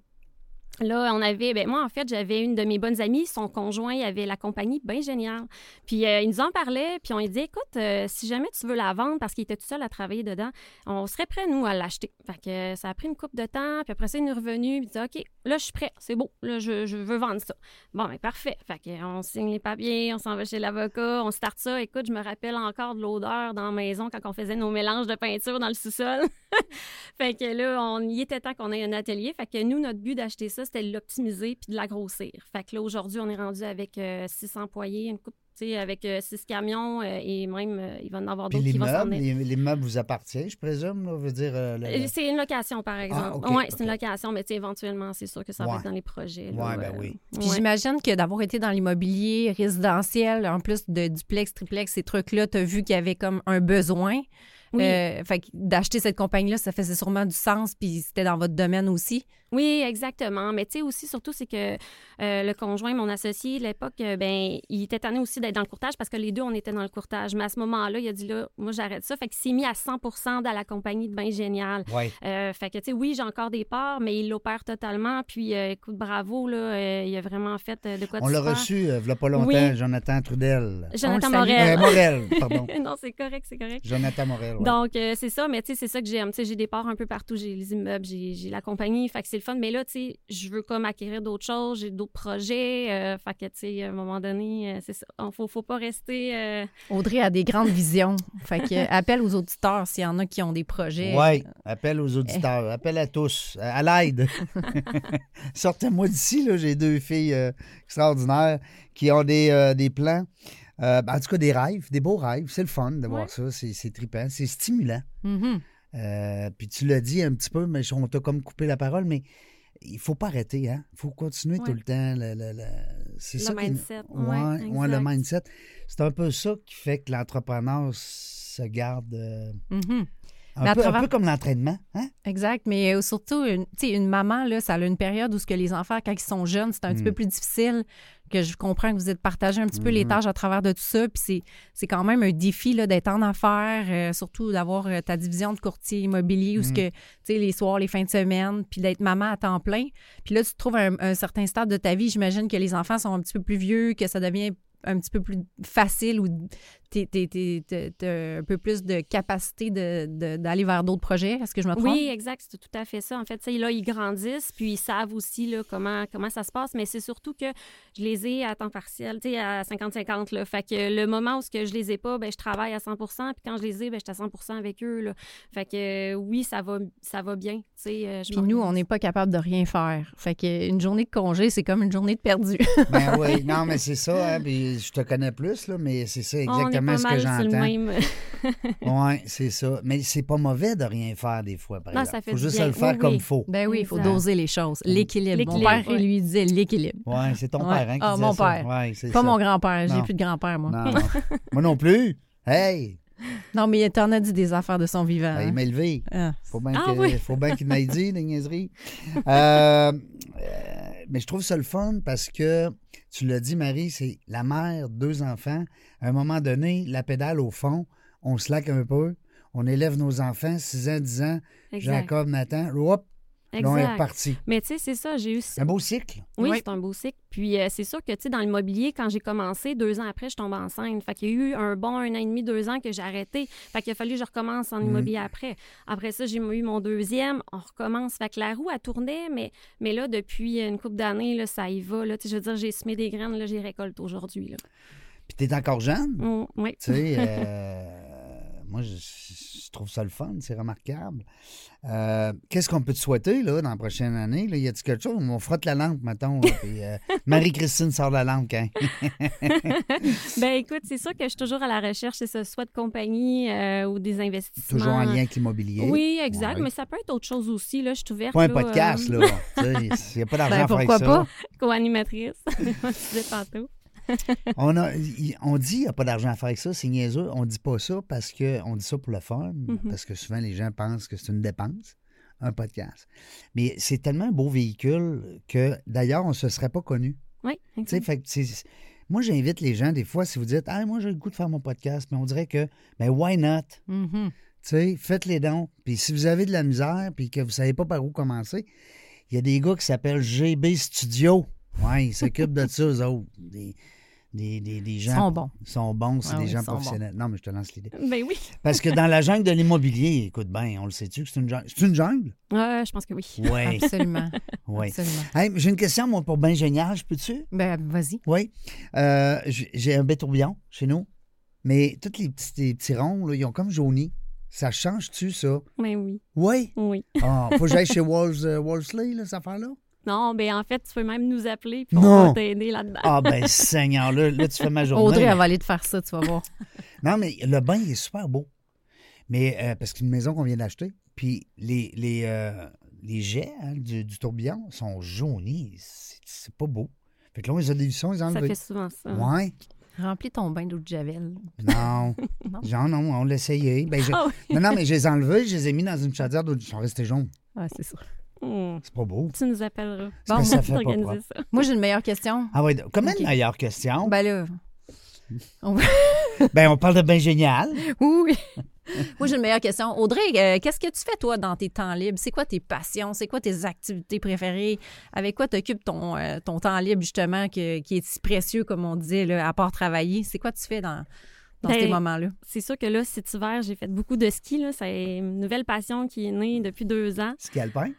[SPEAKER 3] là, on avait. Ben, moi, en fait, j'avais une de mes bonnes amies. Son conjoint il avait la compagnie bien géniale. Puis euh, il nous en parlait. Puis on lui dit écoute, euh, si jamais tu veux la vendre, parce qu'il était tout seul à travailler dedans, on serait prêt, nous, à l'acheter. Fait que euh, ça a pris une coupe de temps. Puis après ça, il nous est revenu. Puis il dit OK, là, je suis prêt. C'est beau. Là, je, je veux vendre ça. Bon, ben, parfait. Fait que, euh, on signe les papiers, on s'en va chez l'avocat, on start ça. Écoute, je me rappelle encore de l'odeur dans la maison quand on faisait nos mélanges de peinture dans le sous-sol. Fait que là, on il était temps qu'on ait un atelier. Fait que nous, notre but d'acheter ça, c'était de l'optimiser puis de l'agrossir. Fait que là, aujourd'hui, on est rendu avec euh, 6 employés, une coupe, tu sais, avec 6 camions euh, et même, euh, il va en avoir
[SPEAKER 1] Puis
[SPEAKER 3] d'autres
[SPEAKER 1] les
[SPEAKER 3] qui vont s'en
[SPEAKER 1] meubles,
[SPEAKER 3] aller.
[SPEAKER 1] les, les meubles vous appartiennent, je présume. Là, veut dire, euh, le- le-
[SPEAKER 3] Euh, C'est une location, par exemple.
[SPEAKER 1] Ah, ok,
[SPEAKER 3] Oui, c'est
[SPEAKER 1] ok.
[SPEAKER 3] une location, mais tu sais, éventuellement, c'est sûr que ça
[SPEAKER 1] Ouais.
[SPEAKER 3] va être dans les projets. là,
[SPEAKER 1] Ouais, ben
[SPEAKER 3] euh,
[SPEAKER 1] oui.
[SPEAKER 2] Puis
[SPEAKER 3] ouais.
[SPEAKER 2] j'imagine que d'avoir été dans l'immobilier résidentiel, en plus de duplex, triplex, ces trucs-là, tu as vu qu'il y avait comme un besoin.
[SPEAKER 3] Oui.
[SPEAKER 2] Euh, fait que d'acheter cette compagnie-là, ça faisait sûrement du sens, puis c'était dans votre domaine aussi.
[SPEAKER 3] Oui, exactement. Mais tu sais aussi, surtout, c'est que euh, le conjoint, mon associé, de l'époque, euh, ben, il était tanné aussi d'être dans le courtage parce que les deux, on était dans le courtage. Mais à ce moment-là, il a dit là, moi, j'arrête ça. Fait qu'il s'est mis à 100 dans la compagnie de Bain Génial.
[SPEAKER 1] Ouais.
[SPEAKER 3] Euh, fait que, tu sais, oui, j'ai encore des parts, mais il l'opère totalement. Puis, euh, écoute, bravo, là, euh, il a vraiment fait euh, de quoi
[SPEAKER 1] On
[SPEAKER 3] de
[SPEAKER 1] l'a
[SPEAKER 3] super.
[SPEAKER 1] reçu, euh, il n'y a pas longtemps,
[SPEAKER 3] Oui.
[SPEAKER 1] Jonathan Trudel.
[SPEAKER 3] Jonathan
[SPEAKER 2] On le salue.
[SPEAKER 1] Euh,
[SPEAKER 3] Morel.
[SPEAKER 1] Morel, pardon.
[SPEAKER 3] non, c'est correct, c'est correct.
[SPEAKER 1] Jonathan Morel. ouais.
[SPEAKER 3] Donc, euh, c'est ça, mais tu sais, c'est ça que j'aime. Tu sais, j'ai des parts un peu partout. J'ai les immeubles, j'ai j'ai la compagnie. Fait que c'est le fun. Mais là, tu sais, je veux comme acquérir d'autres choses. J'ai d'autres projets. euh, fait que, tu sais, à un moment donné, euh, c'est ça. On faut, faut pas rester. euh,
[SPEAKER 2] Audrey a des grandes visions. Fait que euh, appel aux auditeurs s'il y en a qui ont des projets.
[SPEAKER 1] Oui, appel aux auditeurs,
[SPEAKER 3] Eh.
[SPEAKER 1] appel à tous, euh, à l'aide. Sortez-moi d'ici, là, j'ai deux filles euh, extraordinaires qui ont des, euh, des plans, euh, ben, en tout cas des rêves, des beaux rêves. C'est le fun de voir
[SPEAKER 3] Ouais.
[SPEAKER 1] ça, c'est, c'est trippant, c'est stimulant.
[SPEAKER 2] Mhm.
[SPEAKER 1] Euh, puis tu l'as dit un petit peu, mais on t'a comme coupé la parole, mais il faut pas arrêter, hein? Il faut continuer
[SPEAKER 3] Ouais.
[SPEAKER 1] tout le temps. le- le- le- C'est
[SPEAKER 3] Le
[SPEAKER 1] ça qui-
[SPEAKER 3] mindset, ouais,
[SPEAKER 1] Ouais, ouais, le
[SPEAKER 3] exact.
[SPEAKER 1] mindset. C'est un peu ça qui fait que l'entrepreneur se garde euh,
[SPEAKER 2] Mhm.
[SPEAKER 1] un,
[SPEAKER 2] Mais à
[SPEAKER 1] peu, un
[SPEAKER 2] travers-
[SPEAKER 1] peu comme l'entraînement, hein?
[SPEAKER 2] Exact, mais euh, surtout, une, tu sais, une maman, là, ça a une période où ce que les enfants, quand ils sont jeunes, c'est un petit
[SPEAKER 1] Mm.
[SPEAKER 2] peu plus difficile que je comprends que vous êtes partagé un petit peu les
[SPEAKER 1] Mhm.
[SPEAKER 2] tâches à travers de tout ça. Puis c'est, c'est quand même un défi là, d'être en affaires, euh, surtout d'avoir euh, ta division de courtier immobilier où ce
[SPEAKER 1] Mhm.
[SPEAKER 2] que, tu sais, les soirs, les fins de semaine, puis d'être maman à temps plein. Puis là, tu te trouves à un, un certain stade de ta vie. J'imagine que les enfants sont un petit peu plus vieux, que ça devient un petit peu plus facile ou t'es, t'es- t'es- t'es- t'as un peu plus de capacité de- de- d'aller vers d'autres projets. Est-ce que je me trompe?
[SPEAKER 3] Oui, exact, c'est tout à fait ça. En fait, tu sais, là, ils grandissent, puis ils savent aussi là, comment, comment ça se passe, mais c'est surtout que je les ai à temps partiel, tu sais, à 50-50. là. Fait que le moment où ce que je les ai pas, ben, je travaille à 100 puis quand je les ai, ben, je suis à 100 avec eux. Là. Fait que euh, oui, ça va, ça va bien. tu sais, euh, je
[SPEAKER 2] Puis nous, on
[SPEAKER 3] m'organise.
[SPEAKER 2] n'est pas capable de rien faire. Fait que une journée de congé, c'est comme une journée de perdu.
[SPEAKER 1] Ben oui, non, mais c'est ça. hein, puis je te connais plus, là, mais c'est ça
[SPEAKER 3] On est
[SPEAKER 1] exactement
[SPEAKER 3] pas
[SPEAKER 1] ce que
[SPEAKER 3] mal sur le
[SPEAKER 1] j'entends.
[SPEAKER 3] même-
[SPEAKER 1] Oui, c'est ça. Mais c'est pas mauvais de rien faire des fois, par
[SPEAKER 3] Non,
[SPEAKER 1] exemple.
[SPEAKER 3] ça fait
[SPEAKER 1] faut
[SPEAKER 3] du
[SPEAKER 1] juste
[SPEAKER 3] bien.
[SPEAKER 1] le faire
[SPEAKER 3] Oui,
[SPEAKER 1] comme
[SPEAKER 3] oui.
[SPEAKER 1] faut.
[SPEAKER 2] Ben oui, il faut
[SPEAKER 3] Exact.
[SPEAKER 2] doser les choses.
[SPEAKER 1] Mm.
[SPEAKER 2] L'équilibre. Mon
[SPEAKER 3] L'équilibre,
[SPEAKER 2] père,
[SPEAKER 3] ouais.
[SPEAKER 2] il lui disait l'équilibre.
[SPEAKER 1] Oui, c'est ton
[SPEAKER 2] Ouais.
[SPEAKER 1] père hein, qui
[SPEAKER 2] Ah,
[SPEAKER 1] disait
[SPEAKER 2] mon
[SPEAKER 1] ça.
[SPEAKER 2] père.
[SPEAKER 1] Ouais, c'est
[SPEAKER 2] Pas
[SPEAKER 1] ça.
[SPEAKER 2] mon grand-père. J'ai
[SPEAKER 1] Non.
[SPEAKER 2] plus de grand-père, moi.
[SPEAKER 1] Non, non. moi non plus. Hey,
[SPEAKER 2] Non, mais il t'en a dit des affaires de son vivant.
[SPEAKER 1] ben,
[SPEAKER 2] hein.
[SPEAKER 1] il m'a élevé.
[SPEAKER 2] Ah.
[SPEAKER 1] Faut bien
[SPEAKER 3] Ah
[SPEAKER 1] que-
[SPEAKER 3] oui.
[SPEAKER 1] faut bien qu'il m'ait dit, des niaiseries. Euh, euh, mais je trouve ça le fun parce que, tu l'as dit, Marie, c'est la mère, deux enfants. À un moment donné, la pédale au fond, on slack un peu, on élève nos enfants, 6 ans, 10 ans,
[SPEAKER 3] Exact.
[SPEAKER 1] Jacob, Nathan, hop, là, on est
[SPEAKER 3] exact.
[SPEAKER 1] reparti.
[SPEAKER 3] Mais tu sais, c'est ça, j'ai eu
[SPEAKER 1] C'est un beau cycle.
[SPEAKER 3] Oui,
[SPEAKER 2] Oui.
[SPEAKER 3] c'est un beau cycle. Puis euh, c'est sûr que, tu sais, dans le mobilier, quand j'ai commencé, deux ans après, je tombe enceinte. Fait qu'il y a eu un bon un an et demi, deux ans que j'ai arrêté. Fait qu'il a fallu que je recommence en
[SPEAKER 1] Mm.
[SPEAKER 3] immobilier après. Après ça, j'ai eu mon deuxième. On recommence. Fait que la roue, elle tournait, mais, mais là, depuis une couple d'années, là, ça y va. Là. Tu sais, Je veux dire, j'ai semé des graines, là, j'ai récolte aujourd'hui. là.
[SPEAKER 1] Puis t'es encore jeune.
[SPEAKER 3] Mm, oui.
[SPEAKER 1] Tu sais, euh, moi, je, je trouve ça le fun, c'est remarquable. Euh, Qu'est-ce qu'on peut te souhaiter là, dans la prochaine année? Là? Y a-t-il quelque chose? On frotte la lampe, mettons. là, puis, euh, Marie-Christine sort la lampe. Hein?
[SPEAKER 3] Ben écoute, c'est sûr que je suis toujours à la recherche, c'est ça, soit de compagnie euh, ou des investissements.
[SPEAKER 1] Toujours en lien avec l'immobilier.
[SPEAKER 3] Oui, exact.
[SPEAKER 1] Ouais.
[SPEAKER 3] Mais ça peut être autre chose aussi. Là, je suis ouverte.
[SPEAKER 1] Pas un
[SPEAKER 3] là,
[SPEAKER 1] podcast,
[SPEAKER 3] euh,
[SPEAKER 1] là. Tu sais, y a pas d'argent
[SPEAKER 2] Ben,
[SPEAKER 1] à faire avec
[SPEAKER 2] pourquoi
[SPEAKER 1] ça.
[SPEAKER 2] pas?
[SPEAKER 3] Co-animatrice. Moi, je disais tantôt.
[SPEAKER 1] On, a, y- on dit qu'il n'y a pas d'argent à faire avec ça, c'est niaiseux. On dit pas ça parce qu'on dit ça pour le fun,
[SPEAKER 2] Mm-hmm.
[SPEAKER 3] Mhm.
[SPEAKER 1] parce que souvent les gens pensent que c'est une dépense, un podcast. Mais c'est tellement un beau véhicule que d'ailleurs, on ne se serait pas connu.
[SPEAKER 3] Oui,
[SPEAKER 1] Tu sais,
[SPEAKER 3] exact.
[SPEAKER 1] fait que c'est- Moi, j'invite les gens, des fois, si vous dites Ah, moi, j'ai le goût de faire mon podcast, mais on dirait que, ben, why not?
[SPEAKER 2] Mhm.
[SPEAKER 1] Tu sais, faites les dons. Puis si vous avez de la misère, puis que vous savez pas par où commencer, il y a des gars qui s'appellent GB Studio. Ouais, ils s'occupent de ça, eux autres. Des, des, des, des gens.
[SPEAKER 2] Ils sont bons.
[SPEAKER 1] Ils sont bons, c'est
[SPEAKER 2] Ouais,
[SPEAKER 1] des
[SPEAKER 2] ouais,
[SPEAKER 1] gens
[SPEAKER 2] ils sont bons.
[SPEAKER 1] professionnels. Non, mais je te lance l'idée.
[SPEAKER 3] Ben oui.
[SPEAKER 1] Parce que dans la jungle de l'immobilier, écoute bien, on le sait-tu que c'est une jungle? C'est une jungle?
[SPEAKER 3] Euh, je pense que oui.
[SPEAKER 1] Oui,
[SPEAKER 2] Absolument.
[SPEAKER 1] oui.
[SPEAKER 2] Absolument.
[SPEAKER 1] j'ai une question, moi, pour Ben Génial, je peux-tu?
[SPEAKER 2] Ben, vas-y.
[SPEAKER 1] Oui. Euh, j- j'ai un bétourbillon chez nous, mais tous les petits, les petits ronds, là, ils ont comme jauni. Ça change-tu, ça?
[SPEAKER 3] Ben oui.
[SPEAKER 1] Oui.
[SPEAKER 3] Oui.
[SPEAKER 1] Ah, faut que j'aille chez Walls, euh, Walsley, là, cette affaire-là?
[SPEAKER 3] Non, ben en fait, tu peux même nous appeler puis
[SPEAKER 1] Non.
[SPEAKER 3] on va t'aider là-dedans.
[SPEAKER 1] Ah, ben, Seigneur, là, là, tu fais ma journée.
[SPEAKER 2] Audrey, elle va aller te faire ça, tu vas voir.
[SPEAKER 1] Non, mais le bain, il est super beau. Mais euh, parce qu'une maison qu'on vient d'acheter, puis les, les, euh, les jets hein, du, du tourbillon sont jaunis. C'est- C'est pas beau. Fait que là, on les a dévissés, on les a
[SPEAKER 3] ça hein.
[SPEAKER 1] enlevés.
[SPEAKER 3] fait souvent ça.
[SPEAKER 1] Ouais.
[SPEAKER 2] Remplis ton bain d'eau de javel.
[SPEAKER 1] Non.
[SPEAKER 2] Non.
[SPEAKER 1] Genre, non, on l'a essayé. Ben, je-
[SPEAKER 3] Ah
[SPEAKER 1] Non, non, mais je les ai enlevés, je les ai mis dans une chaudière d'eau. Ils sont restés jaunes.
[SPEAKER 2] Ah, c'est ça.
[SPEAKER 3] Hmm.
[SPEAKER 1] C'est pas beau.
[SPEAKER 3] Tu nous appelleras.
[SPEAKER 1] C'est parce que ça fait pas
[SPEAKER 3] Organiser
[SPEAKER 1] propre.
[SPEAKER 3] ça.
[SPEAKER 2] Moi, j'ai une meilleure question.
[SPEAKER 1] Ah ouais, comment
[SPEAKER 2] Ok.
[SPEAKER 1] une meilleure question? Ben,
[SPEAKER 2] Ben là,
[SPEAKER 1] on parle de bain génial.
[SPEAKER 2] oui. Moi, j'ai une meilleure question. Audrey, euh, qu'est-ce que tu fais, toi, dans tes temps libres? C'est quoi tes passions? C'est quoi tes activités préférées? Avec quoi t'occupes ton, euh, ton temps libre, justement, que- qui est si précieux, comme on disait, là, à part travailler? C'est quoi tu fais dans, dans
[SPEAKER 3] Ben,
[SPEAKER 2] ces moments-là?
[SPEAKER 3] C'est sûr que là, cet hiver, j'ai fait beaucoup de ski. Là. C'est une nouvelle passion qui est née depuis deux ans.
[SPEAKER 1] Ski alpin.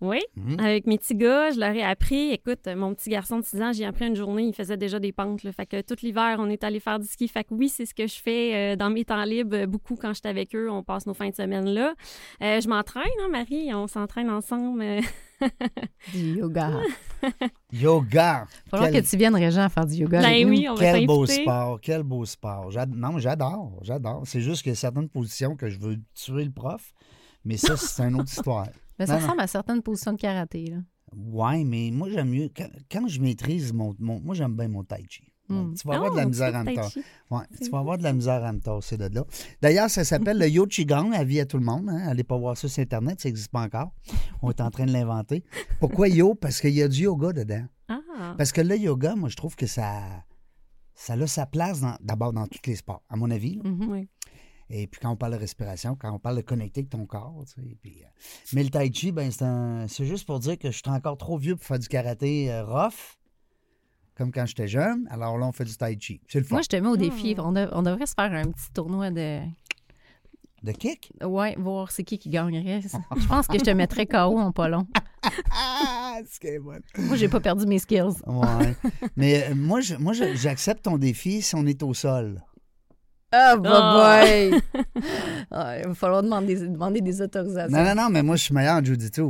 [SPEAKER 3] Oui.
[SPEAKER 1] Mhm.
[SPEAKER 3] Avec mes petits gars, je leur ai appris. Écoute, euh, mon petit garçon de 6 ans, j'ai appris une journée, il faisait déjà des pentes. là. Fait que tout l'hiver, on est allé faire du ski. Fait que oui, c'est ce que je fais euh, dans mes temps libres. euh, Beaucoup quand je suis avec eux, on passe nos fins de semaine là. Euh, je m'entraîne, hein, Marie? On s'entraîne ensemble. euh.
[SPEAKER 2] Du yoga.
[SPEAKER 1] Yoga.
[SPEAKER 2] Il Ah, faudra
[SPEAKER 1] Quel-
[SPEAKER 2] que tu viennes, Régent, faire du yoga. avec
[SPEAKER 3] ben
[SPEAKER 2] nous.
[SPEAKER 3] oui, on va
[SPEAKER 1] Quel beau
[SPEAKER 3] t'inviter.
[SPEAKER 1] sport, quel beau sport. J'ad- Non, mais j'adore, j'adore. C'est juste que certaines positions que je veux tuer le prof, mais ça, c'est une autre histoire.
[SPEAKER 2] Mais Ben, ça
[SPEAKER 1] Non, non.
[SPEAKER 2] ressemble à certaines positions de karaté. Là.
[SPEAKER 1] Ouais, mais moi, j'aime mieux. Quand, quand je maîtrise mon. mon- moi, j'aime bien mon tai chi.
[SPEAKER 2] Hmm.
[SPEAKER 1] Tu vas avoir
[SPEAKER 3] Ah,
[SPEAKER 1] de la
[SPEAKER 3] tu
[SPEAKER 1] misère
[SPEAKER 3] fais
[SPEAKER 1] à me
[SPEAKER 3] du tai
[SPEAKER 1] tasser.
[SPEAKER 3] chi.
[SPEAKER 1] Ouais,
[SPEAKER 3] C'est
[SPEAKER 1] tu vas avoir de la misère à me tasser de là. D'ailleurs, ça s'appelle le Yo Qigong, avis à tout le monde. Hein. Allez pas voir ça sur Internet, ça n'existe pas encore. On est en train de l'inventer. Pourquoi Yo? Parce qu'il y a du yoga dedans.
[SPEAKER 3] Ah, Ah.
[SPEAKER 1] Parce que le yoga, moi, je trouve que ça, ça a sa place dans- d'abord dans tous les sports, à mon avis. là.
[SPEAKER 2] Mhm.
[SPEAKER 3] Oui.
[SPEAKER 1] Et puis quand on parle de respiration, quand on parle de connecter avec ton corps, tu sais, et puis, euh, mais le tai chi, ben, c'est, un- c'est juste pour dire que je suis encore trop vieux pour faire du karaté euh, rough, comme quand j'étais jeune. Alors là, on fait du tai chi. C'est le fun.
[SPEAKER 2] Moi, je te mets au défi. On, dev- on devrait se faire un petit tournoi de.
[SPEAKER 1] De kick?
[SPEAKER 2] Ouais, voir c'est qui qui gagnerait. Je pense que je te mettrais KO en pas long.
[SPEAKER 1] Ah, ce qui est bon.
[SPEAKER 2] Moi, j'ai pas perdu mes skills.
[SPEAKER 1] Ouais. mais euh, moi, je- moi je- j'accepte ton défi si on est au sol.
[SPEAKER 2] Ah, bah,
[SPEAKER 3] Ah.
[SPEAKER 2] boy! Ah, il va falloir demander, demander des autorisations.
[SPEAKER 1] Non, non, non, mais moi, je suis meilleur en jujitsu.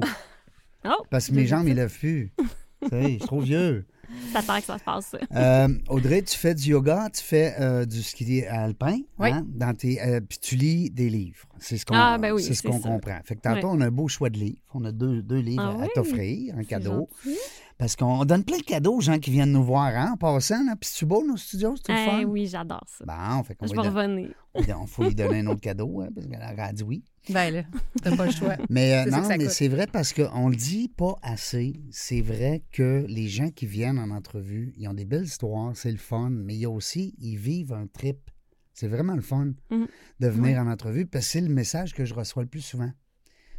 [SPEAKER 3] Oh,
[SPEAKER 1] Parce que mes jambes, ils lèvent plus. Tu sais, je suis trop vieux.
[SPEAKER 3] ça que ça se passe. ça.
[SPEAKER 1] Euh, Audrey, tu fais du yoga, tu fais euh, du ski alpin,
[SPEAKER 2] Oui.
[SPEAKER 1] hein, dans tes, euh, puis tu lis des livres. C'est ce qu'on
[SPEAKER 3] Ah, ben oui,
[SPEAKER 1] c'est ce
[SPEAKER 3] c'est
[SPEAKER 1] qu'on
[SPEAKER 3] ça.
[SPEAKER 1] comprend. Fait que tantôt, on a un beau choix de livres. On a deux, deux livres
[SPEAKER 3] Ah
[SPEAKER 1] à- à
[SPEAKER 3] oui?
[SPEAKER 1] t'offrir, un
[SPEAKER 3] C'est
[SPEAKER 1] cadeau.
[SPEAKER 3] gentil.
[SPEAKER 1] Parce qu'on donne plein de cadeaux aux gens qui viennent nous voir hein, en passant. Là. Puis c'est beau, nos studios, c'est le
[SPEAKER 3] Eh
[SPEAKER 1] fun.
[SPEAKER 3] oui, j'adore ça.
[SPEAKER 1] Bon, fait qu'on
[SPEAKER 3] je
[SPEAKER 1] Ben, va
[SPEAKER 3] vais
[SPEAKER 1] lui don-
[SPEAKER 3] revenir.
[SPEAKER 1] on don- faut lui donner un autre cadeau, hein, parce qu'elle a dit oui.
[SPEAKER 2] Ben là, t'as pas le choix.
[SPEAKER 1] Mais euh,
[SPEAKER 2] C'est ça
[SPEAKER 1] non,
[SPEAKER 2] que ça
[SPEAKER 1] mais
[SPEAKER 2] coûte.
[SPEAKER 1] c'est vrai parce qu'on le dit pas assez. C'est vrai que les gens qui viennent en entrevue, ils ont des belles histoires, c'est le fun, mais il y a aussi, ils vivent un trip. C'est vraiment le fun
[SPEAKER 2] Mm.
[SPEAKER 3] Mhm.
[SPEAKER 1] de venir en entrevue parce que c'est le message que je reçois le plus souvent.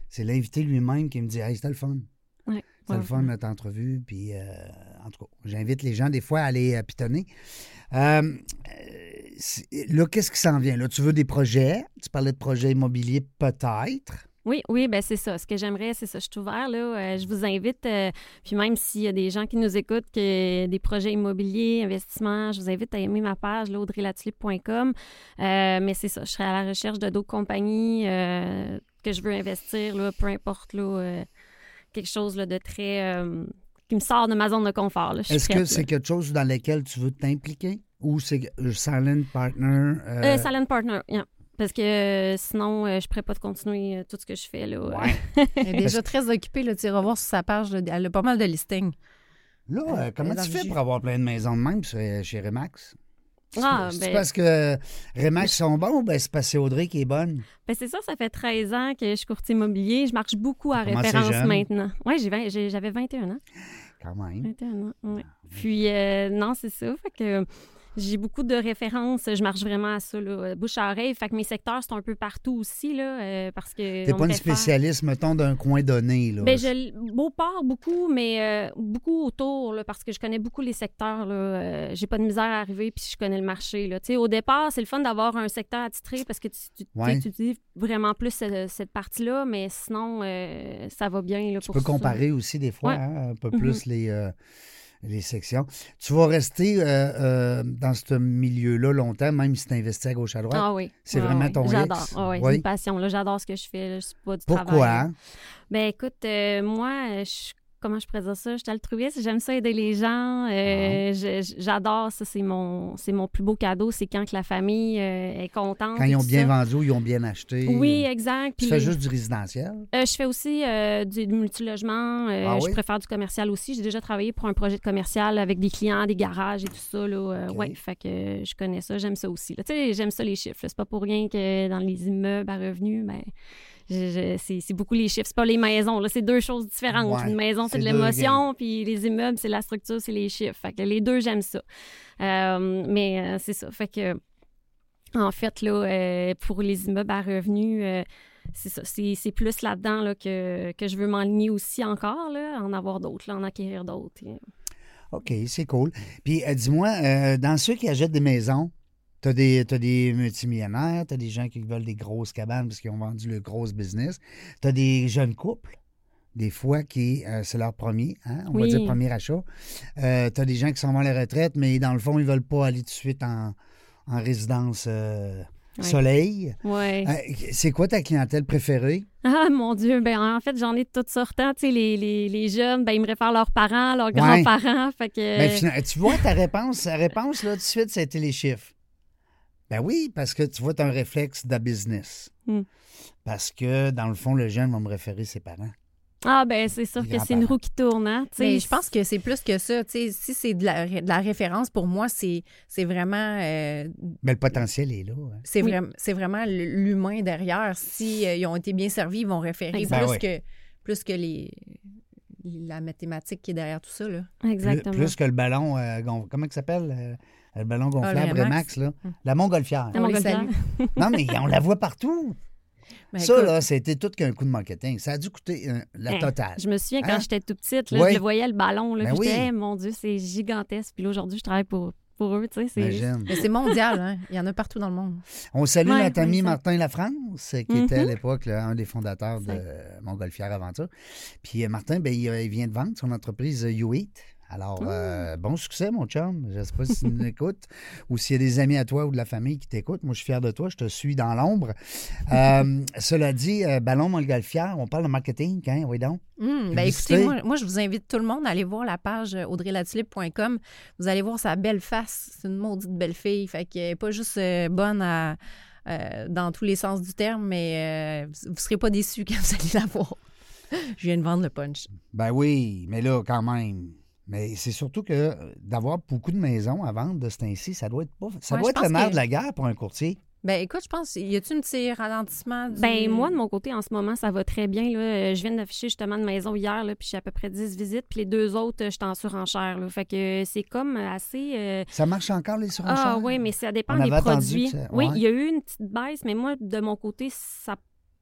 [SPEAKER 1] C'est l'invité lui-même qui me dit Hey, c'était le fun.
[SPEAKER 3] Ouais,
[SPEAKER 1] C'était le
[SPEAKER 3] ouais,
[SPEAKER 1] fun, notre entrevue. Puis, euh, en tout cas, j'invite les gens des fois à aller euh, pitonner. Euh, euh, c'est- là, qu'est-ce qui s'en vient? Là, tu veux des projets? Tu parlais de projets immobiliers, peut-être.
[SPEAKER 3] Oui, oui, ben c'est ça. Ce que j'aimerais, c'est ça. Je suis ouvert, là. Euh, je vous invite. euh, puis même s'il y a des gens qui nous écoutent, que des projets immobiliers, investissements, je vous invite à aimer ma page, là, audreylatulip.com. Euh, mais c'est ça. Je serai à la recherche de d'autres compagnies euh, que je veux investir, là, peu importe, là, euh, quelque chose là, de très. euh, qui me sort de ma zone de confort. là. Je suis
[SPEAKER 1] Est-ce que
[SPEAKER 3] prête,
[SPEAKER 1] c'est
[SPEAKER 3] là.
[SPEAKER 1] quelque chose dans lequel tu veux t'impliquer ou c'est euh, silent partner? euh,
[SPEAKER 3] Euh, Silent Partner, yeah. Parce que euh, sinon, euh, je ne pourrais pas te continuer euh, tout ce que je fais. Là.
[SPEAKER 1] ouais.
[SPEAKER 2] Elle
[SPEAKER 1] Ben,
[SPEAKER 2] est déjà très occupée, là, tu iras voir sur sa page, là, elle a pas mal de listings.
[SPEAKER 1] Là, euh,
[SPEAKER 2] euh,
[SPEAKER 1] comment
[SPEAKER 2] dans
[SPEAKER 1] tu
[SPEAKER 2] le
[SPEAKER 1] fais
[SPEAKER 2] jus.
[SPEAKER 1] pour avoir plein de maisons de même sur- chez Remax?
[SPEAKER 3] Ah,
[SPEAKER 1] c'est
[SPEAKER 3] ben-
[SPEAKER 1] parce que Remax sont bons ou ben c'est parce que c'est Audrey qui est bonne?
[SPEAKER 3] Ben, c'est ça, ça fait 13 ans que je suis courtier immobilier. Je marche beaucoup à
[SPEAKER 1] T'as commencé
[SPEAKER 3] référence
[SPEAKER 1] jeune. Hum.
[SPEAKER 3] maintenant. Oui, j'avais 21 ans.
[SPEAKER 1] Quand même.
[SPEAKER 3] 21 ans,
[SPEAKER 1] Ah,
[SPEAKER 3] ouais. Puis, euh, non, c'est ça. Fait que euh, j'ai beaucoup de références. Je marche vraiment à ça, là, euh, bouche à oreille. Fait que mes secteurs sont un peu partout aussi, là, euh, parce que.
[SPEAKER 1] T'es
[SPEAKER 3] on
[SPEAKER 1] pas une
[SPEAKER 3] préfère-
[SPEAKER 1] spécialiste, mettons, d'un coin donné. Là.
[SPEAKER 3] Ben, je l- Beauport, beaucoup, mais euh, beaucoup autour, là, parce que je connais beaucoup les secteurs. là. Euh, J'ai pas de misère à arriver, puis je connais le marché. Là. Tu sais, Au départ, c'est le fun d'avoir un secteur attitré parce que tu, tu, tu
[SPEAKER 1] Ouais.
[SPEAKER 3] sais, tu dis vraiment plus ce- cette partie-là, mais sinon, euh, ça va bien. Là,
[SPEAKER 1] tu
[SPEAKER 3] pour
[SPEAKER 1] peux
[SPEAKER 3] ça.
[SPEAKER 1] comparer aussi des fois
[SPEAKER 3] Ouais.
[SPEAKER 1] hein, un peu
[SPEAKER 3] Mhm.
[SPEAKER 1] plus les, euh, les sections. Tu vas rester euh, euh, dans ce milieu-là longtemps, même si tu investis à gauche à droite.
[SPEAKER 3] Ah oui.
[SPEAKER 1] C'est
[SPEAKER 3] Ah
[SPEAKER 1] vraiment
[SPEAKER 3] oui.
[SPEAKER 1] ton
[SPEAKER 3] J'adore.
[SPEAKER 1] X.
[SPEAKER 3] Ah oui,
[SPEAKER 1] Oui.
[SPEAKER 3] C'est une passion. là. J'adore ce que je fais. là. Je suis pas du
[SPEAKER 1] Pourquoi? hein?
[SPEAKER 3] travail. Ben écoute, euh, moi, je suis- comment je pourrais dire ça? Je suis altruiste, j'aime ça aider les gens.
[SPEAKER 1] Ah.
[SPEAKER 3] euh, je- je- J'adore ça, c'est mon, c'est mon plus beau cadeau, c'est quand que la famille euh, est contente.
[SPEAKER 1] Quand
[SPEAKER 3] et
[SPEAKER 1] ils ont
[SPEAKER 3] tout
[SPEAKER 1] bien
[SPEAKER 3] ça.
[SPEAKER 1] vendu ou ils ont bien acheté. euh,
[SPEAKER 3] Oui, exact.
[SPEAKER 1] Tu
[SPEAKER 3] Puis,
[SPEAKER 1] fais juste du résidentiel.
[SPEAKER 3] euh, je fais aussi euh, du du multilogement. euh,
[SPEAKER 1] Ah oui?
[SPEAKER 3] Je préfère du commercial aussi. J'ai déjà travaillé pour un projet de commercial avec des clients, des garages et tout ça. Là, euh,
[SPEAKER 1] Ok.
[SPEAKER 3] ouais, fait que euh, je connais ça, j'aime ça aussi. là. Tu sais, j'aime ça les chiffres. là. C'est pas pour rien que dans les immeubles à revenus, ben, je- je- c'est c'est beaucoup les chiffres. C'est pas les maisons. là. C'est deux choses différentes.
[SPEAKER 1] Ouais,
[SPEAKER 3] Une maison, c'est de
[SPEAKER 1] c'est deux
[SPEAKER 3] l'émotion, puis les immeubles, c'est la structure, c'est les chiffres. Fait que les deux, j'aime ça. Euh, mais euh, c'est ça. Fait que, en fait, là, euh, pour les immeubles à revenus, euh, c'est ça. C'est c'est plus là-dedans là, que, que je veux m'enligner aussi encore, là, en avoir d'autres, là, en acquérir d'autres. Et-
[SPEAKER 1] OK, c'est cool. Puis euh, dis-moi, euh, dans ceux qui achètent des maisons, tu as des, t'as des multimillionnaires, tu as des gens qui veulent des grosses cabanes parce qu'ils ont vendu le gros business. Tu as des jeunes couples, des fois, qui euh, c'est leur premier, hein, on
[SPEAKER 3] Oui.
[SPEAKER 1] va dire premier achat. tu as des gens qui s'en vont à la retraite, mais dans le fond, ils veulent pas aller tout de suite en, en résidence euh,
[SPEAKER 3] Ouais.
[SPEAKER 1] soleil.
[SPEAKER 3] Ouais.
[SPEAKER 1] Euh, c'est quoi ta clientèle préférée?
[SPEAKER 3] Ah, mon Dieu. Ben, en fait, j'en ai de toutes sortes. hein. Tu sais, les, les, les jeunes, ben, ils me réfèrent leurs parents, leurs grands-parents. Fait que.
[SPEAKER 1] Ben, fina- tu vois ta réponse, la réponse là tout de suite, c'était les chiffres. Ben oui, parce que tu vois, tu un réflexe de business.
[SPEAKER 3] Hmm.
[SPEAKER 1] Parce que, dans le fond, le jeune va me référer ses parents.
[SPEAKER 3] Ah, ben, c'est sûr
[SPEAKER 1] Les
[SPEAKER 3] que c'est une
[SPEAKER 1] grands-parents.
[SPEAKER 3] roue qui tourne. Hein. Tu sais,
[SPEAKER 2] Mais Ben, je pense que c'est plus que ça. tu sais, si c'est de la, ré- de la référence, pour moi, c'est c'est vraiment, euh,
[SPEAKER 1] Mais le potentiel est là. hein.
[SPEAKER 2] c'est
[SPEAKER 3] Oui.
[SPEAKER 2] vraim- c'est vraiment l- l'humain derrière. Si euh, ils ont été bien servis, ils vont référer
[SPEAKER 3] Exact.
[SPEAKER 2] plus
[SPEAKER 1] Ben oui.
[SPEAKER 2] que plus que les, la mathématique qui est derrière tout ça. Là.
[SPEAKER 3] Exactement. Ah,
[SPEAKER 1] Plus que le ballon, euh, gon- comment il s'appelle? euh, le ballon gonflable,
[SPEAKER 2] Remax.
[SPEAKER 1] Remax, là.
[SPEAKER 3] Hmm.
[SPEAKER 1] La montgolfière.
[SPEAKER 3] La
[SPEAKER 2] On les
[SPEAKER 3] montgolfière.
[SPEAKER 2] salue.
[SPEAKER 1] non, mais on la voit partout.
[SPEAKER 3] Ben,
[SPEAKER 2] Mais
[SPEAKER 1] ça,
[SPEAKER 2] écoute,
[SPEAKER 1] là, c'était tout qu'un coup de marketing. Ça a dû coûter euh, la
[SPEAKER 3] Hein,
[SPEAKER 1] totale.
[SPEAKER 3] Je me souviens quand
[SPEAKER 1] Hein?
[SPEAKER 3] j'étais tout petite, là,
[SPEAKER 1] Oui.
[SPEAKER 3] je le voyais le ballon, là,
[SPEAKER 1] Ben
[SPEAKER 3] puis
[SPEAKER 1] oui.
[SPEAKER 3] j'étais, Eh, mon Dieu, c'est gigantesque. Puis là, aujourd'hui, je travaille pour, pour eux, tu sais. c'est-
[SPEAKER 1] Imagine.
[SPEAKER 2] mais c'est mondial, hein. il y en a partout dans le monde.
[SPEAKER 1] On salue
[SPEAKER 3] Ouais,
[SPEAKER 1] notre ami
[SPEAKER 3] exact.
[SPEAKER 1] Martin Lafrance, qui
[SPEAKER 2] Mm-hmm.
[SPEAKER 1] était à
[SPEAKER 3] Mhm.
[SPEAKER 1] l'époque là, un des fondateurs de euh, Montgolfière Aventure. Puis euh, Martin, ben, il, euh, il vient de vendre son entreprise euh, You Eat. Alors, euh,
[SPEAKER 2] Mm.
[SPEAKER 1] bon succès, mon chum. Je ne sais pas si tu nous écoutes ou s'il y a des amis à toi ou de la famille qui t'écoutent. Moi, je suis fier de toi. Je te suis dans l'ombre. Euh, cela dit, euh, Ballon Montgolfière, on parle de marketing, hein, oui donc.
[SPEAKER 2] Hum, ben
[SPEAKER 1] Publicité.
[SPEAKER 2] écoutez, moi, moi, je vous invite tout le monde à aller voir la page euh, audreylatulip.com. Vous allez voir sa belle face. C'est une maudite belle fille. Fait qu'elle n'est pas juste euh, bonne à, euh, dans tous les sens du terme, mais euh, vous ne serez pas déçus quand vous allez la voir. je viens de vendre le punch.
[SPEAKER 1] Ben oui, mais là, quand même. Mais c'est surtout que euh, d'avoir beaucoup de maisons à vendre de ce temps-ci, ça doit être pas. Ça
[SPEAKER 2] Ouais,
[SPEAKER 1] doit
[SPEAKER 2] je
[SPEAKER 1] être le
[SPEAKER 2] pense
[SPEAKER 1] nerf
[SPEAKER 2] que-
[SPEAKER 1] de la guerre pour un courtier.
[SPEAKER 2] Ben écoute, je pense, y a-tu un petit ralentissement? Du...
[SPEAKER 3] Ben, moi, de mon côté, en ce moment, ça va très bien. Là. Euh, Je viens d'afficher justement de maison hier, là, puis j'ai à peu près 10 visites, puis les deux autres, euh, je suis en surenchère. Là. Fait que euh, c'est comme assez. euh,
[SPEAKER 1] Ça marche encore, les surenchères?
[SPEAKER 3] Ah oui, mais ça dépend
[SPEAKER 1] On
[SPEAKER 3] des
[SPEAKER 1] avait attendu
[SPEAKER 3] produits.
[SPEAKER 1] que ça-
[SPEAKER 3] Oui,
[SPEAKER 1] ouais.
[SPEAKER 3] il y a eu une petite baisse, mais moi, de mon côté, ça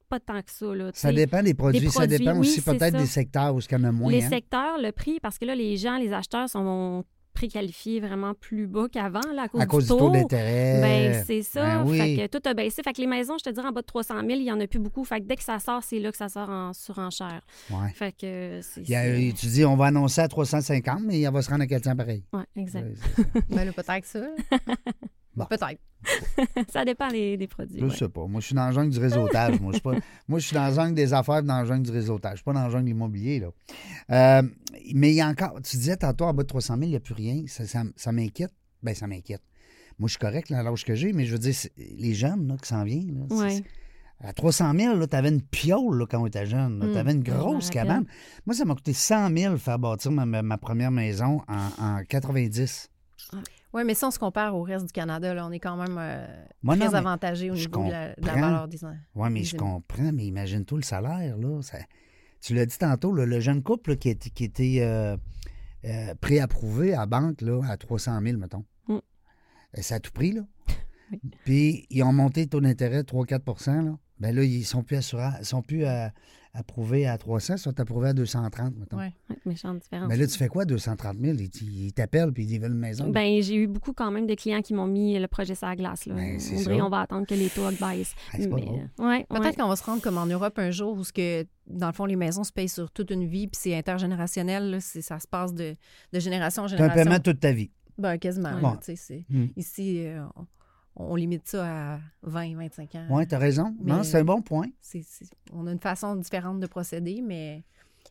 [SPEAKER 3] pas tant que ça. Là, tu
[SPEAKER 1] Ça
[SPEAKER 3] sais.
[SPEAKER 1] dépend des produits. ça
[SPEAKER 3] produits,
[SPEAKER 1] dépend
[SPEAKER 3] oui,
[SPEAKER 1] aussi
[SPEAKER 3] c'est
[SPEAKER 1] peut-être
[SPEAKER 3] ça.
[SPEAKER 1] des secteurs où il y en a moins.
[SPEAKER 3] les
[SPEAKER 1] hein.
[SPEAKER 3] secteurs, le prix, parce que là, les gens, les acheteurs sont préqualifiés vraiment plus bas qu'avant là, à cause,
[SPEAKER 1] à cause du taux d'intérêt.
[SPEAKER 3] Ben, c'est
[SPEAKER 1] Ben
[SPEAKER 3] ça.
[SPEAKER 1] oui.
[SPEAKER 3] Fait que tout a baissé. Fait que les maisons, je te dirais, en bas de 300 000, il n'y en a plus beaucoup. Fait que dès que ça sort, c'est là que ça sort en surenchère.
[SPEAKER 1] Ouais.
[SPEAKER 3] Fait que euh, c'est.
[SPEAKER 1] Il y a-
[SPEAKER 3] c'est-
[SPEAKER 1] tu dis, on va annoncer à 350, mais elle va se rendre à 400 pareil.
[SPEAKER 3] Ouais, exact.
[SPEAKER 1] Ouais, c'est-
[SPEAKER 2] Ben là, peut-être ça.
[SPEAKER 1] Bon.
[SPEAKER 2] Peut-être.
[SPEAKER 1] euh,
[SPEAKER 3] ça dépend des, des produits.
[SPEAKER 1] Je
[SPEAKER 3] ouais.
[SPEAKER 1] sais pas. Moi, je suis dans le jungle du réseautage. moi, je suis pas- moi, je suis dans le jungle des affaires, dans le jungle du réseautage. Je suis pas dans le jungle immobilier, là. Euh, mais il y a encore... Tu disais tantôt, en bas de 300 000, il n'y a plus rien. Ça, ça- ça m'inquiète. Ben, ça m'inquiète. Moi, je suis correct, là, à l'âge que j'ai, mais je veux dire, c'est- les jeunes, là, qui s'en viennent, là, c'est-
[SPEAKER 3] Ouais.
[SPEAKER 1] À 300 000, tu avais une piole là, quand on était jeune.
[SPEAKER 2] Mm.
[SPEAKER 1] Tu avais une grosse
[SPEAKER 3] rappelle.
[SPEAKER 1] cabane. Moi, ça m'a coûté 100 000 faire bâtir ma, ma- ma première maison en, en 90.
[SPEAKER 2] Oui, mais si on se compare au reste du Canada, là, on est quand même euh,
[SPEAKER 1] Moi, non,
[SPEAKER 2] très
[SPEAKER 1] mais-
[SPEAKER 2] avantagé au
[SPEAKER 1] je
[SPEAKER 2] niveau de la, de la
[SPEAKER 1] comprends.
[SPEAKER 2] valeur des
[SPEAKER 1] Oui, mais je
[SPEAKER 2] Imagine.
[SPEAKER 1] comprends, mais imagine-toi le salaire. Là, ça- Tu l'as dit tantôt, là, le jeune couple là, qui, était- qui était euh, euh, préapprouvé à la banque là, à 300 000, mettons.
[SPEAKER 3] Mm.
[SPEAKER 1] Euh, Ça a tout pris, là.
[SPEAKER 3] Oui.
[SPEAKER 1] Puis, ils ont monté le taux d'intérêt de 3-4 là. Ben là, ils sont plus, assura- sont plus euh, approuvés à 300, ils sont approuvés à 230, mettons.
[SPEAKER 2] Ouais.
[SPEAKER 3] Ouais, méchante différence.
[SPEAKER 1] Mais là, tu fais quoi, 230 000? Ils t- Ils t'appellent puis ils veulent une maison.
[SPEAKER 3] Ben, j'ai eu beaucoup quand même de clients qui m'ont mis le projet sur la glace. Là.
[SPEAKER 1] Ben, c'est
[SPEAKER 3] Audrey,
[SPEAKER 1] ça.
[SPEAKER 3] on va attendre que les taux baissent.
[SPEAKER 1] Ah, c'est pas
[SPEAKER 3] Mais,
[SPEAKER 1] drôle.
[SPEAKER 3] euh, ouais,
[SPEAKER 2] Peut-être
[SPEAKER 3] ouais.
[SPEAKER 2] qu'on va se rendre comme en Europe un jour où, ce que, dans le fond, les maisons se payent sur toute une vie, puis c'est intergénérationnel, là, c'est- ça se passe de, de génération en
[SPEAKER 1] C'est un
[SPEAKER 2] génération.
[SPEAKER 1] paiement toute ta vie.
[SPEAKER 2] Ben, quasiment.
[SPEAKER 1] Bon.
[SPEAKER 2] là, tu sais, c'est-
[SPEAKER 1] Mm.
[SPEAKER 2] Ici, euh, on, on limite ça à 20, 25
[SPEAKER 3] Ah.
[SPEAKER 2] ans.
[SPEAKER 1] Oui, t'as raison. Non,
[SPEAKER 2] Mais-
[SPEAKER 3] euh,
[SPEAKER 1] c'est un bon point.
[SPEAKER 2] C'est- c'est- on a une façon différente de procéder, mais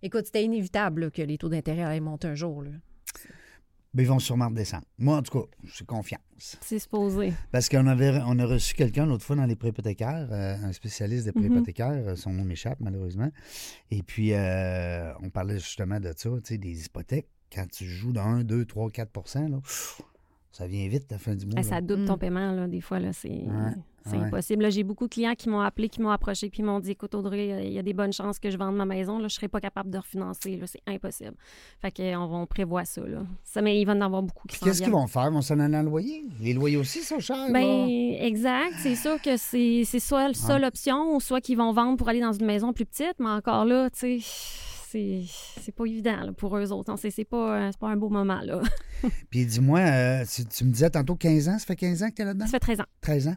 [SPEAKER 2] écoute, c'était inévitable là, que les taux d'intérêt allaient monter un jour. là.
[SPEAKER 1] Mais ils vont sûrement redescendre. Moi, en tout cas, je suis confiance.
[SPEAKER 3] C'est supposé.
[SPEAKER 1] Parce qu'on avait, on a reçu quelqu'un l'autre fois dans les prépothécaires, un spécialiste des
[SPEAKER 3] Mhm.
[SPEAKER 1] prépothécaires. euh, Son nom m'échappe, malheureusement. Et puis, euh, on parlait justement de ça, tu sais, des hypothèques. Quand tu joues dans 1, 2, 3, 4 là, pff, ça vient vite à la fin du mois.
[SPEAKER 3] Ah,
[SPEAKER 1] là.
[SPEAKER 3] ça double ton
[SPEAKER 2] Mm.
[SPEAKER 3] paiement, là, des fois, là, c'est c'est
[SPEAKER 1] ouais.
[SPEAKER 3] impossible. Là, J'ai beaucoup de clients qui m'ont appelé, qui m'ont approché, puis m'ont dit Écoute, Audrey, euh, il y a des bonnes chances que je vende ma maison, là, je ne serai pas capable de refinancer, là, c'est impossible. Fait que, euh, on, va- on prévoit ça, là. ça. Mais il va en avoir beaucoup qui
[SPEAKER 1] Puis
[SPEAKER 3] s'en
[SPEAKER 1] Qu'est-ce qu'ils
[SPEAKER 3] viennent.
[SPEAKER 1] vont faire? Ils vont s'en aller en loyer? Les loyers aussi sont chers.
[SPEAKER 3] Ben,
[SPEAKER 1] là.
[SPEAKER 3] exact. C'est sûr que c'est c'est soit la seule option, ou soit qu'ils vont vendre pour aller dans une maison plus petite, mais encore là, tu sais, c'est c'est pas évident là, pour eux autres. Non, C'est c'est pas, euh, c'est pas un beau moment, là.
[SPEAKER 1] Puis dis-moi, euh, tu, tu me disais tantôt 15 ans, ça fait 15 ans que tu es là-dedans?
[SPEAKER 3] Ça fait 13 ans.
[SPEAKER 1] 13 ans.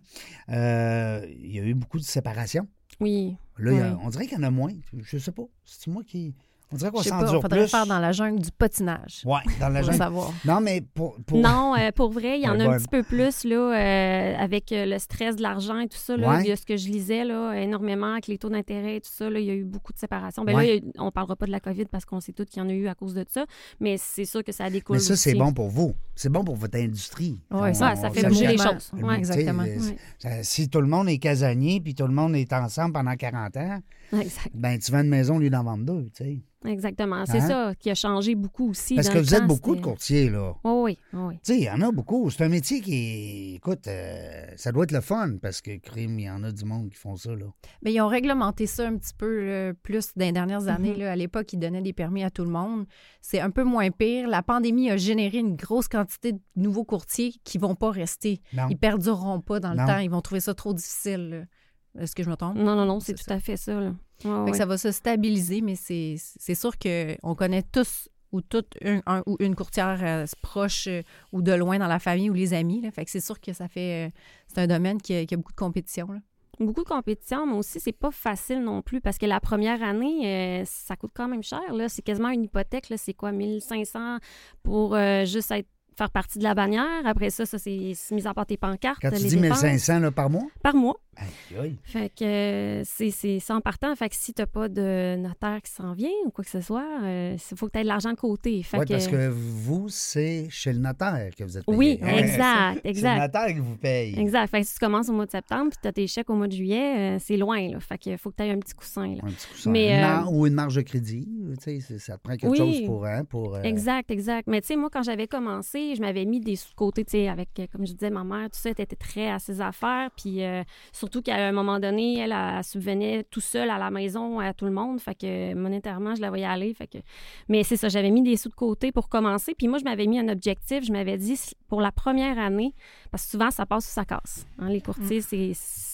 [SPEAKER 1] Euh, il y a eu beaucoup de séparations.
[SPEAKER 3] Oui.
[SPEAKER 1] Là, il y a-
[SPEAKER 3] Oui.
[SPEAKER 1] on dirait qu'il y en a moins. Je sais pas. C'est moi qui. On dirait qu'on
[SPEAKER 2] Je sais pas,
[SPEAKER 1] s'endure
[SPEAKER 2] on faudrait
[SPEAKER 1] plus.
[SPEAKER 2] faire dans la jungle du patinage.
[SPEAKER 1] Ouais, dans la
[SPEAKER 2] pour
[SPEAKER 1] jungle.
[SPEAKER 2] savoir.
[SPEAKER 1] Non, mais pour. pour-
[SPEAKER 3] Non, euh, pour vrai, il y en
[SPEAKER 1] Ouais,
[SPEAKER 3] a un
[SPEAKER 1] ouais.
[SPEAKER 3] petit peu plus là, euh, avec euh, le stress de l'argent et tout ça. Là,
[SPEAKER 1] Ouais.
[SPEAKER 3] Il y a ce que je lisais là, énormément avec les taux d'intérêt et tout ça. Là, il y a eu beaucoup de séparations. Ben,
[SPEAKER 1] Ouais.
[SPEAKER 3] là, il y a eu- on ne parlera pas de la COVID parce qu'on sait toutes qu'il y en a eu à cause de ça, mais c'est sûr que ça découle.
[SPEAKER 1] mais ça, c'est
[SPEAKER 3] aussi.
[SPEAKER 1] bon pour vous. C'est bon pour votre industrie.
[SPEAKER 2] Ouais,
[SPEAKER 1] On-
[SPEAKER 3] Ça, ça
[SPEAKER 1] on-
[SPEAKER 3] fait
[SPEAKER 2] ça
[SPEAKER 3] bouger les
[SPEAKER 2] change.
[SPEAKER 3] choses.
[SPEAKER 1] le-
[SPEAKER 3] Ouais.
[SPEAKER 1] tu sais, euh,
[SPEAKER 2] exactement.
[SPEAKER 1] le-
[SPEAKER 3] Ouais.
[SPEAKER 1] ça- si tout le monde est casanier puis tout le monde est ensemble pendant 40 ans,
[SPEAKER 3] Exact.
[SPEAKER 1] ben tu vends une maison, lui d'en vendre deux, tu sais.
[SPEAKER 3] Exactement. C'est
[SPEAKER 1] Hein?
[SPEAKER 3] ça qui a changé beaucoup aussi.
[SPEAKER 1] Parce
[SPEAKER 3] dans
[SPEAKER 1] que
[SPEAKER 3] le
[SPEAKER 1] vous êtes
[SPEAKER 3] temps,
[SPEAKER 1] beaucoup de
[SPEAKER 3] c'était-
[SPEAKER 1] courtiers, là.
[SPEAKER 3] Oh oui, oh oui.
[SPEAKER 1] Tu sais, il y en a beaucoup. C'est un métier qui, écoute, euh, ça doit être le fun parce que, crime, il y en a du monde qui font ça, là.
[SPEAKER 2] Mais ils ont réglementé ça un petit peu là, plus dans les dernières années.
[SPEAKER 3] Mhm.
[SPEAKER 2] là. à l'époque, ils donnaient des permis à tout le monde. C'est un peu moins pire. La pandémie a généré une grosse quantité de nouveaux courtiers qui vont pas rester.
[SPEAKER 1] Non.
[SPEAKER 2] Ils perdureront pas dans le
[SPEAKER 1] Non. Mm,
[SPEAKER 2] temps. Ils vont trouver ça trop difficile. là. Est-ce que je me trompe?
[SPEAKER 3] Non, non, non, c'est
[SPEAKER 2] C'est
[SPEAKER 3] tout à fait ça. Là. Ouais,
[SPEAKER 2] Fait que
[SPEAKER 3] ouais.
[SPEAKER 2] ça va se stabiliser, mais c'est c'est sûr qu'on connaît tous ou toutes un, un ou une courtière euh, proche euh, ou de loin dans la famille ou les amis. là. Fait que c'est sûr que ça fait... euh, c'est un domaine qui a, qui a beaucoup de compétition. là.
[SPEAKER 3] Beaucoup de compétition, mais aussi, c'est pas facile non plus parce que la première année, euh, ça coûte quand même cher. là. C'est quasiment une hypothèque. là. C'est quoi, 1500 pour euh, juste être- faire partie de la bannière. Après ça, ça c'est c'est mis à part tes pancartes.
[SPEAKER 1] Quand tu
[SPEAKER 3] les
[SPEAKER 1] dis
[SPEAKER 3] dépenses
[SPEAKER 1] 1500 là, par mois,
[SPEAKER 3] Par mois.
[SPEAKER 1] aïe, aïe.
[SPEAKER 3] Fait que euh, c'est- c'est c'est en partant. Fait que si t'as pas de notaire qui s'en vient ou quoi que ce soit, il faut que tu aies de l'argent de côté. Fait
[SPEAKER 1] Oui,
[SPEAKER 3] que-
[SPEAKER 1] parce que vous, c'est chez le notaire que vous êtes payé.
[SPEAKER 3] Oui,
[SPEAKER 1] hein?
[SPEAKER 3] exact,
[SPEAKER 1] C'est le
[SPEAKER 3] exact.
[SPEAKER 1] notaire qui vous paye.
[SPEAKER 3] Exact. Fait que si tu commences au mois de septembre puis tu as tes chèques au mois de juillet, euh, c'est loin. Là. Fait que faut que tu aies un petit coussin. là.
[SPEAKER 1] Un petit coussin. Une
[SPEAKER 3] Mais, euh,
[SPEAKER 1] mar- Ou une marge de crédit, tu sais, c'est- ça te prend quelque
[SPEAKER 3] Oui.
[SPEAKER 1] chose pour... Hein, pour euh,
[SPEAKER 3] Exact, exact. Mais tu sais, moi, quand j'avais commencé, je m'avais mis des sous-côtés, tu sais, avec, euh, comme je disais, ma mère, tout ça, elle était très à ses affaires. Puis euh, surtout qu'à un moment donné, elle, elle subvenait tout seule à la maison, à tout le monde. Fait que euh, monétairement, je la voyais aller. Fait que... Mais c'est ça, j'avais mis des sous de côté pour commencer. Puis moi, je m'avais mis un objectif. Je m'avais dit, s- pour la première année, parce que souvent, ça passe ou ça casse. hein, les courtiers, c'est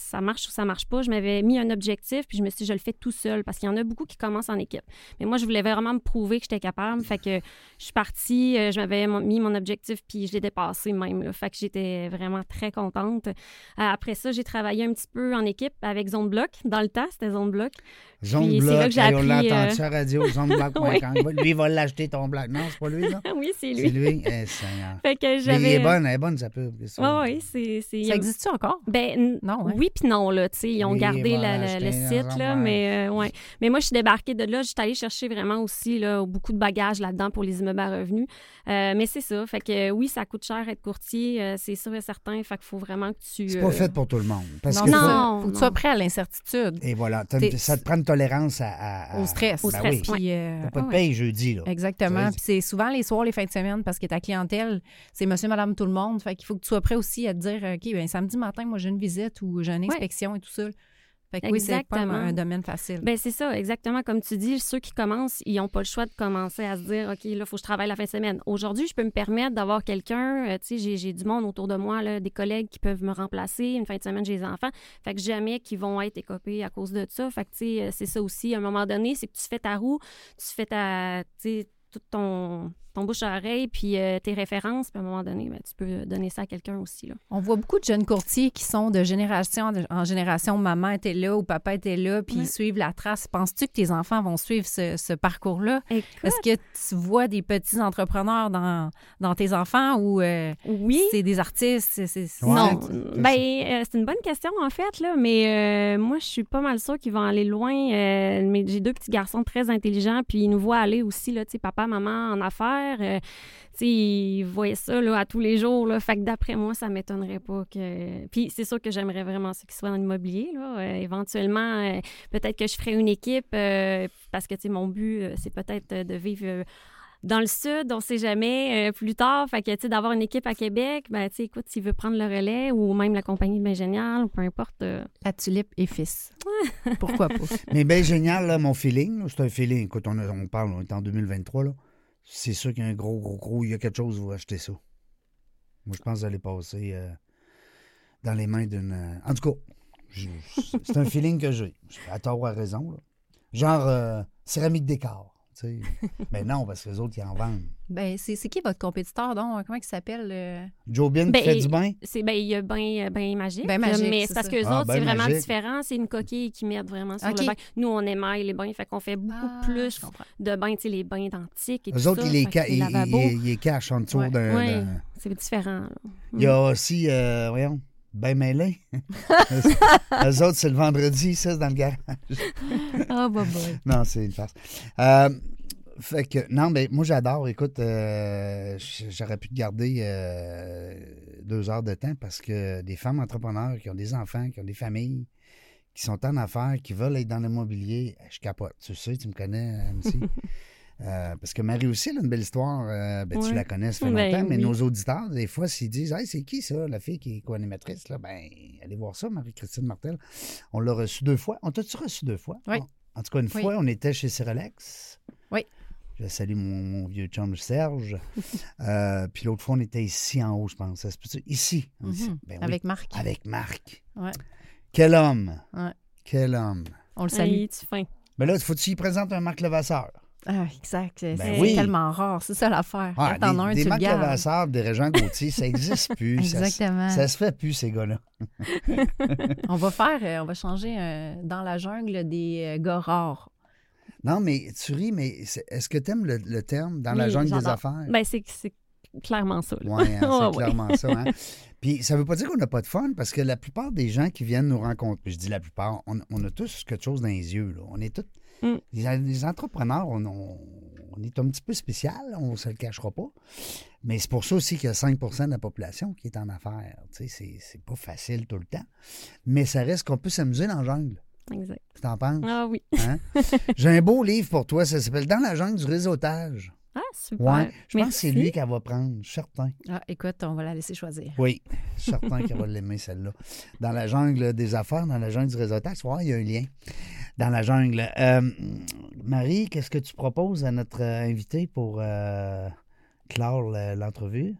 [SPEAKER 3] ça marche ou ça marche pas. Je m'avais mis un objectif, puis je me suis dit, je le fais tout seul, parce qu'il y en a beaucoup qui commencent en équipe. Mais moi, je voulais vraiment me prouver que j'étais capable. Fait que je suis partie, euh, je m'avais mon- mis mon objectif, puis je l'ai dépassé même. là. Fait que j'étais vraiment très contente. Euh, après ça, j'ai travaillé un petit peu en équipe avec Zone Bloc. Dans le temps, c'était Zone Bloc.
[SPEAKER 1] Zone
[SPEAKER 3] Puis c'est
[SPEAKER 1] bloc,
[SPEAKER 3] là que j'ai
[SPEAKER 1] hey, on l'a
[SPEAKER 3] appris,
[SPEAKER 1] entendu
[SPEAKER 3] euh,
[SPEAKER 1] sur la radio, zonebloc.com. Lui, il va l'acheter ton bloc. Non, c'est pas lui, là.
[SPEAKER 3] Ah oui, c'est
[SPEAKER 1] C'est
[SPEAKER 3] lui.
[SPEAKER 1] lui. Eh, Seigneur.
[SPEAKER 3] Fait que
[SPEAKER 1] Mais il
[SPEAKER 3] j'avais... euh, Ah
[SPEAKER 1] est bonne, elle est bonne, sa pub. qu'est-ce que
[SPEAKER 3] Ouais,
[SPEAKER 1] tu veux?
[SPEAKER 3] ouais, c'est... c'est-
[SPEAKER 2] Ça existe-tu encore?
[SPEAKER 3] Ben, n-
[SPEAKER 2] Non, hein?
[SPEAKER 3] oui puis non, là, tu sais, ils ont
[SPEAKER 1] Oui,
[SPEAKER 3] gardé
[SPEAKER 1] voilà,
[SPEAKER 3] la- la- le
[SPEAKER 1] acheter dans
[SPEAKER 3] site,
[SPEAKER 1] un
[SPEAKER 3] là,
[SPEAKER 1] bar.
[SPEAKER 3] mais, euh, ouais. mais moi, je suis débarquée de là, je suis allée chercher vraiment aussi, là, beaucoup de bagages là-dedans pour les immeubles à revenus, Euh, mais c'est ça, fait que euh, oui, ça coûte cher être courtier, euh, c'est sûr et certain, fait qu'il faut vraiment que tu...
[SPEAKER 1] C'est
[SPEAKER 3] euh,
[SPEAKER 1] pas fait pour tout le monde. Parce
[SPEAKER 2] non,
[SPEAKER 1] que
[SPEAKER 2] c'est
[SPEAKER 3] Non.
[SPEAKER 1] ça-
[SPEAKER 2] ça. faut que tu sois prêt à l'incertitude,
[SPEAKER 1] Et voilà, t'as-
[SPEAKER 2] T'es-
[SPEAKER 1] ça te prend une tolérance à... à- à-
[SPEAKER 2] au stress.
[SPEAKER 3] Au
[SPEAKER 1] Ben
[SPEAKER 3] stress,
[SPEAKER 1] oui.
[SPEAKER 3] ouais.
[SPEAKER 2] Puis, euh,
[SPEAKER 1] T'as pas de
[SPEAKER 3] Ouais.
[SPEAKER 1] paye jeudi, là. Tu
[SPEAKER 2] Exactement.
[SPEAKER 1] sais,
[SPEAKER 2] Puis c'est souvent les soirs, les fins de semaine, parce que ta clientèle, c'est monsieur, madame, tout le monde. Fait qu'il faut que tu sois prêt aussi à te dire, OK, ben samedi matin, moi, j'ai une visite ou j'ai une inspection et tout ça. Fait que oui, c'est pas un,
[SPEAKER 3] Exactement.
[SPEAKER 2] un domaine facile.
[SPEAKER 3] Ben c'est ça, exactement comme tu dis, ceux qui commencent, ils n'ont pas le choix de commencer à se dire, OK, là, il faut que je travaille la fin de semaine. Aujourd'hui, je peux me permettre d'avoir quelqu'un, euh, tu sais, j'ai- j'ai du monde autour de moi, là, des collègues qui peuvent me remplacer, une fin de semaine, j'ai les enfants, fait que jamais qu'ils vont être écopés à cause de ça. Fait que, tu sais, euh, c'est ça aussi, à un moment donné, c'est que tu fais ta roue, tu fais ta, tu sais, tout ton, ton bouche-oreille, puis euh, tes références, puis à un moment donné, ben, tu peux donner ça à quelqu'un aussi, là.
[SPEAKER 2] On voit beaucoup de jeunes courtiers qui sont de génération en génération. Maman était là ou papa était là, puis
[SPEAKER 3] Ouais.
[SPEAKER 2] ils suivent la trace. Penses-tu que tes enfants vont suivre ce, ce parcours-là?
[SPEAKER 3] Écoute,
[SPEAKER 2] Est-ce que tu vois des petits entrepreneurs dans, dans tes enfants ou euh,
[SPEAKER 3] oui.
[SPEAKER 2] c'est des artistes? c'est- c'est-
[SPEAKER 1] Ouais.
[SPEAKER 3] Non,
[SPEAKER 1] tu- tu-
[SPEAKER 3] ben, euh, c'est une bonne question en fait, là, mais euh, moi je suis pas mal sûre qu'ils vont aller loin. euh, mais j'ai deux petits garçons très intelligents, puis ils nous voient aller aussi, là, tu sais, papa, maman en affaires. euh, tu sais, ils voient ça là, à tous les jours. Là, fait que d'après moi, ça m'étonnerait pas que. Puis c'est sûr que j'aimerais vraiment ça qu'ils soient dans l'immobilier. Là, euh, éventuellement, euh, peut-être que je ferais une équipe euh, parce que tu sais, mon but, euh, c'est peut-être euh, de vivre. euh, dans le sud, on sait jamais euh, plus tard. Fait que, tu sais, d'avoir une équipe à Québec, ben, tu sais, écoute, s'il veut prendre le relais ou même la compagnie de Bain Génial, ou peu importe. euh,
[SPEAKER 2] La tulipe et fils. Pourquoi pas?
[SPEAKER 1] Mais bien génial, là, mon feeling, là, c'est un feeling. Écoute, on, a- on parle, on est en 2023, là. C'est sûr qu'il y a un gros, gros, gros, il y a quelque chose, vous achetez ça. Moi, je pense d'aller passer euh, dans les mains d'une. euh, En tout cas, je- je- c'est un feeling que j'ai. À tort ou à raison, là. Genre euh, céramique décor. tu sais. Mais non, parce que les autres, ils en vendent.
[SPEAKER 2] Ben, c'est c'est qui votre compétiteur, donc? Comment il s'appelle? euh?
[SPEAKER 1] Joe Bien
[SPEAKER 3] Ben,
[SPEAKER 1] qui fait
[SPEAKER 3] et-
[SPEAKER 1] du bain.
[SPEAKER 3] C'est, ben, il y a ben, euh, ben magique.
[SPEAKER 2] Ben Magique,
[SPEAKER 3] mais
[SPEAKER 2] c'est
[SPEAKER 3] c'est parce
[SPEAKER 2] ça.
[SPEAKER 3] que les
[SPEAKER 1] Ah,
[SPEAKER 3] autres,
[SPEAKER 1] Ben
[SPEAKER 3] c'est vraiment
[SPEAKER 1] Magique.
[SPEAKER 3] différent. C'est une coquille qu'ils mettent vraiment sur
[SPEAKER 2] Ok.
[SPEAKER 3] le bain. Nous, on émaille les bains. Fait qu'on fait beaucoup
[SPEAKER 2] Ah,
[SPEAKER 3] plus
[SPEAKER 2] je comprends.
[SPEAKER 3] de bains, tu sais, les bains identiques et tout
[SPEAKER 1] Eux autres,
[SPEAKER 3] ça.
[SPEAKER 1] ils les
[SPEAKER 3] Fait que
[SPEAKER 1] ca-
[SPEAKER 3] les
[SPEAKER 1] ils-
[SPEAKER 3] lavabos,
[SPEAKER 1] ils- ils les cachent en dessous
[SPEAKER 2] Ouais.
[SPEAKER 1] d'un.
[SPEAKER 3] Ouais.
[SPEAKER 1] d'un-
[SPEAKER 3] c'est différent. là.
[SPEAKER 1] Il y a aussi, euh, voyons, Ben Mêlé. Eux autres, c'est le vendredi, ça, c'est dans le garage.
[SPEAKER 2] Ah, bah, bah.
[SPEAKER 1] Non, c'est une farce. Euh, fait que, non, mais moi, j'adore. Écoute, euh, j- j'aurais pu te garder euh, deux heures de temps parce que des femmes entrepreneurs qui ont des enfants, qui ont des familles, qui sont en affaires, qui veulent être dans l'immobilier, je capote. Tu sais, tu me connais, MC. Euh, parce que Marie aussi, elle a une belle histoire. Euh, ben, Tu
[SPEAKER 3] Ouais.
[SPEAKER 1] la connais, ça fait
[SPEAKER 3] Ben
[SPEAKER 1] longtemps, mais
[SPEAKER 3] oui.
[SPEAKER 1] nos auditeurs, des fois, s'ils disent Hey, c'est qui ça, la fille qui est co-animatrice là? Ben, allez voir ça, Marie-Christine Martel. On l'a reçue deux fois. On t'a-tu reçu deux fois? Ah.
[SPEAKER 2] Oui.
[SPEAKER 1] En tout cas, une
[SPEAKER 2] Oui.
[SPEAKER 1] fois, on était chez Cyrilex.
[SPEAKER 2] Oui.
[SPEAKER 1] Je salue mon, mon vieux chum Serge. Euh, puis l'autre fois, on était ici en haut, je pense. Ça se peut-tu? Ici.
[SPEAKER 2] Mhm.
[SPEAKER 1] Ici. Ben oui.
[SPEAKER 2] Avec Marc.
[SPEAKER 1] Avec Marc.
[SPEAKER 2] Ouais.
[SPEAKER 1] Quel homme!
[SPEAKER 2] Ouais.
[SPEAKER 1] Quel homme!
[SPEAKER 2] On le salue.
[SPEAKER 3] Hey, tu fin.
[SPEAKER 1] Mais là, il faut que tu y présentes un Marc Levasseur.
[SPEAKER 2] Ah, exact. C'est
[SPEAKER 1] Ben
[SPEAKER 2] c'est
[SPEAKER 1] oui.
[SPEAKER 2] tellement rare. C'est ça l'affaire.
[SPEAKER 1] Ah,
[SPEAKER 2] Quand t'en as un,
[SPEAKER 1] des,
[SPEAKER 2] tu
[SPEAKER 1] des
[SPEAKER 2] le
[SPEAKER 1] Marc
[SPEAKER 2] gardes.
[SPEAKER 1] Levasseur, des Régent Gauthier, ça n'existe plus. Ça se-
[SPEAKER 2] Exactement.
[SPEAKER 1] Ça se fait plus, ces gars-là.
[SPEAKER 2] On va faire, euh, on va changer euh, dans la jungle des euh, gars rares.
[SPEAKER 1] Non, mais tu ris, mais c'est- est-ce que tu aimes le, le terme dans la
[SPEAKER 3] Oui,
[SPEAKER 1] jungle des
[SPEAKER 3] j'adore.
[SPEAKER 1] affaires?
[SPEAKER 3] Ben, c'est c'est clairement ça. là.
[SPEAKER 1] Oui,
[SPEAKER 3] Ouais,
[SPEAKER 1] c'est
[SPEAKER 3] ouais.
[SPEAKER 1] clairement ça. hein. Puis ça veut pas dire qu'on n'a pas de fun, parce que la plupart des gens qui viennent nous rencontrer, je dis la plupart, on, on a tous quelque chose dans les yeux. là. On est tous.
[SPEAKER 3] Mm.
[SPEAKER 1] Les, les entrepreneurs, on, on- on est un petit peu spécial, on se le cachera pas. Mais c'est pour ça aussi qu'il y a 5 de la population qui est en affaires. Tu sais, c'est- c'est pas facile tout le temps. Mais ça reste qu'on peut s'amuser dans la jungle.
[SPEAKER 3] Exact.
[SPEAKER 1] Tu t'en penses?
[SPEAKER 3] Ah oui.
[SPEAKER 1] hein? J'ai un beau livre pour toi, ça s'appelle Dans la jungle du réseautage.
[SPEAKER 3] Ah, super.
[SPEAKER 1] Ouais. Je pense que
[SPEAKER 3] Merci.
[SPEAKER 1] c'est lui qu'elle va prendre, je suis certain.
[SPEAKER 2] Ah, écoute, on va la laisser choisir.
[SPEAKER 1] Oui, je suis certain qu'elle va l'aimer, celle-là. Dans la jungle des affaires, dans la jungle du réseautage, tu vois, il y a un lien dans la jungle. Euh, Marie, qu'est-ce que tu proposes à notre euh, invité pour euh, clore le- l'entrevue?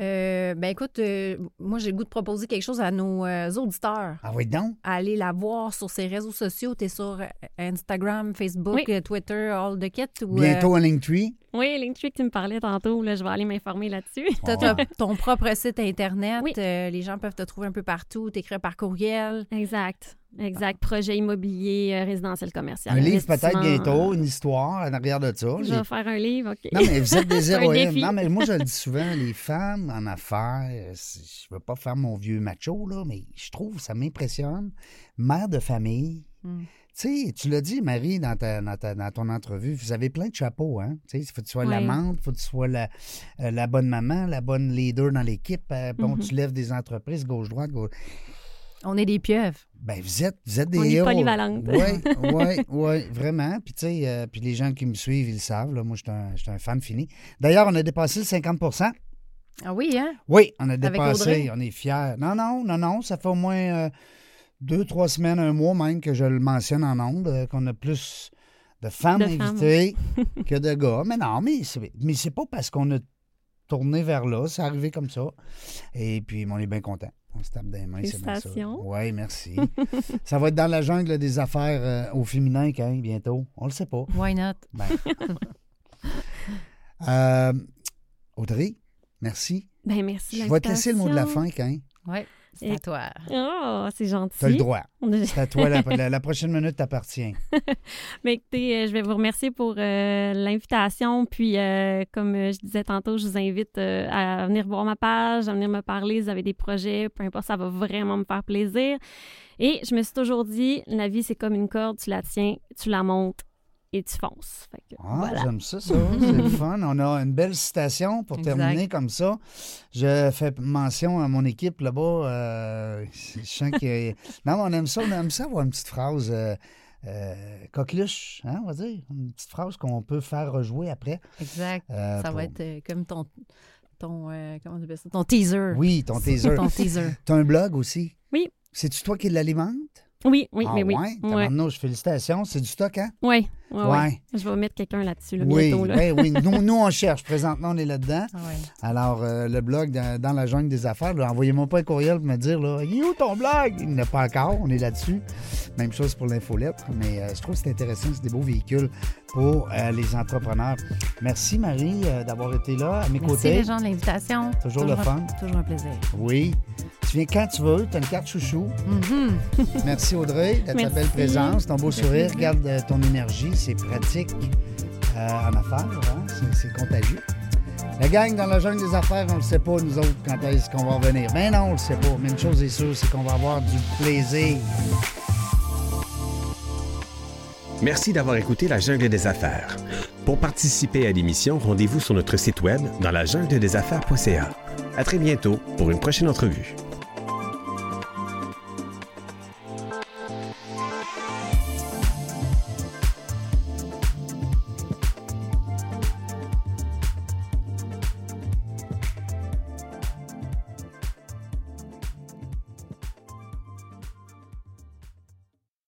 [SPEAKER 2] Euh, ben écoute, euh, moi j'ai le goût de proposer quelque chose à nos euh, auditeurs.
[SPEAKER 1] Ah oui, donc?
[SPEAKER 2] Allez la voir sur ses réseaux sociaux. T'es sur euh, Instagram, Facebook,
[SPEAKER 3] Oui.
[SPEAKER 2] euh, Twitter, all the kit. Ou, euh,
[SPEAKER 1] Bientôt à Linktree.
[SPEAKER 3] Oui, Linktree que tu me parlais tantôt, là, je vais aller m'informer là-dessus.
[SPEAKER 2] T'as
[SPEAKER 1] Ouais.
[SPEAKER 2] ton- ton propre site Internet.
[SPEAKER 3] Oui.
[SPEAKER 2] Euh, les gens peuvent te trouver un peu partout. T'écris par courriel.
[SPEAKER 3] Exact. Exact. Projet immobilier, euh, résidentiel, commercial.
[SPEAKER 1] Un livre peut-être
[SPEAKER 3] investissement.
[SPEAKER 1] bientôt, une histoire en arrière de ça.
[SPEAKER 3] Je
[SPEAKER 1] J'ai-
[SPEAKER 3] vais faire un livre, OK.
[SPEAKER 1] Non, mais vous êtes des
[SPEAKER 3] un
[SPEAKER 1] héroïnes.
[SPEAKER 3] défi.
[SPEAKER 1] Non, mais moi, je le dis souvent, les femmes en affaires, c'est- je veux pas faire mon vieux macho, là, mais je trouve, ça m'impressionne. Mère de famille.
[SPEAKER 3] Hmm.
[SPEAKER 2] Mm.
[SPEAKER 1] Tu sais, tu l'as dit, Marie, dans, ta, dans, ta- dans ton entrevue, vous avez plein de chapeaux, hein? Tu sais, faut que tu sois
[SPEAKER 3] Ouais.
[SPEAKER 1] l'amante, faut que tu sois la, euh, la bonne maman, la bonne leader dans l'équipe. euh, bon,
[SPEAKER 3] Mm-hmm.
[SPEAKER 1] tu lèves des entreprises gauche-droite, gauche.
[SPEAKER 2] On est des pieuvres.
[SPEAKER 1] Ben, vous êtes, vous êtes des
[SPEAKER 3] On est
[SPEAKER 1] héros.
[SPEAKER 3] polyvalentes.
[SPEAKER 1] Oui, oui, oui, vraiment. Puis, tu sais, euh, puis les gens qui me suivent, ils le savent. Là, moi, je suis un, je suis un fan fini. D'ailleurs, on a dépassé le 50
[SPEAKER 2] Ah oui, hein?
[SPEAKER 1] Oui, on a
[SPEAKER 2] Audrey?
[SPEAKER 1] dépassé. On est fiers. Non, non, non, non. Ça fait au moins euh, deux, trois semaines, un mois même que je le mentionne en ondes, euh, qu'on a plus de femmes
[SPEAKER 3] De femmes.
[SPEAKER 1] invitées que de gars. Mais non, mais c'est, mais c'est pas parce qu'on a tourné vers là. C'est arrivé comme ça. Et puis, on est bien content. On se tape des mains, c'est bien ça.
[SPEAKER 3] Félicitations.
[SPEAKER 1] Oui, merci. ça va être dans la jungle des affaires euh, au féminin quand bientôt. On le sait pas.
[SPEAKER 2] Why not?
[SPEAKER 1] Ben. Euh, Audrey, merci.
[SPEAKER 3] Ben, merci. de
[SPEAKER 1] Je vais te laisser le mot de la fin,
[SPEAKER 3] l'invitation.
[SPEAKER 1] quand.
[SPEAKER 2] Oui, c'est à
[SPEAKER 3] Et-
[SPEAKER 2] toi.
[SPEAKER 3] Oh, c'est
[SPEAKER 1] Tu as le
[SPEAKER 3] gentil.
[SPEAKER 1] droit. C'est à toi. La, la- la prochaine minute t'appartient.
[SPEAKER 3] Mais écoutez, euh, je vais vous remercier pour euh, l'invitation. Puis, euh, comme euh, je disais tantôt, je vous invite euh, à venir voir ma page, à venir me parler. Vous avez des projets, peu importe, ça va vraiment me faire plaisir. Et je me suis toujours dit, la vie, c'est comme une corde, tu la tiens, tu la montes et tu fonces. Fait que,
[SPEAKER 1] Ah,
[SPEAKER 3] voilà.
[SPEAKER 1] J'aime ça, ça. C'est le fun. On a une belle citation pour
[SPEAKER 2] Exact.
[SPEAKER 1] terminer comme ça. Je fais mention à mon équipe là-bas. euh, je sens que. Non, mais on aime ça. On aime ça avoir une petite phrase. euh, euh, coqueluche, hein, on va dire. Une petite phrase qu'on peut faire rejouer après.
[SPEAKER 2] Exact.
[SPEAKER 1] euh,
[SPEAKER 2] ça
[SPEAKER 1] pour-
[SPEAKER 2] va être euh, comme ton, ton, euh, comment on appelle ça? ton teaser.
[SPEAKER 1] Oui, ton taser.
[SPEAKER 2] Ton teaser.
[SPEAKER 1] T'as un blog aussi?
[SPEAKER 3] Oui.
[SPEAKER 1] C'est-tu toi qui l'alimente?
[SPEAKER 3] Oui, oui,
[SPEAKER 1] ah,
[SPEAKER 3] mais oui.
[SPEAKER 1] Ouais,
[SPEAKER 3] Ouais,
[SPEAKER 1] tabarnouche, félicitations. C'est du stock, hein?
[SPEAKER 3] ouais, ouais, ouais.
[SPEAKER 1] Ouais.
[SPEAKER 3] Je vais mettre quelqu'un là-dessus là,
[SPEAKER 1] Oui,
[SPEAKER 3] bientôt. là.
[SPEAKER 1] ben oui. Nous, nous, on cherche. Présentement, on est là-dedans.
[SPEAKER 2] Ah ouais.
[SPEAKER 1] Alors, euh, le blog dans, dans la jungle des affaires, là, envoyez-moi pas un courriel pour me dire, là, il est où ton blog? Il n'est pas encore, on est là-dessus. Même chose pour l'infolettre, mais euh, je trouve que c'est intéressant, c'est des beaux véhicules pour euh, les entrepreneurs. Merci, Marie, euh, d'avoir été là, à mes
[SPEAKER 2] Merci
[SPEAKER 1] côtés.
[SPEAKER 2] les gens de l'invitation.
[SPEAKER 1] Toujours le fun.
[SPEAKER 2] un- Toujours un plaisir.
[SPEAKER 1] Oui. Tu viens quand tu veux, tu as une carte chouchou.
[SPEAKER 2] Mhm.
[SPEAKER 1] Merci Audrey de ta
[SPEAKER 3] Merci.
[SPEAKER 1] belle présence, ton beau sourire. Garde euh, ton énergie, c'est pratique euh, en affaires, hein, c'est- c'est contagieux. La gang dans la jungle des affaires, on le sait pas, nous autres, quand est-ce qu'on va revenir. Ben non, on le sait pas. Mais une chose est sûre, c'est qu'on va avoir du plaisir.
[SPEAKER 4] Merci d'avoir écouté La Jungle des Affaires. Pour participer à l'émission, rendez-vous sur notre site web dans la jungle des affaires.ca. À très bientôt pour une prochaine entrevue.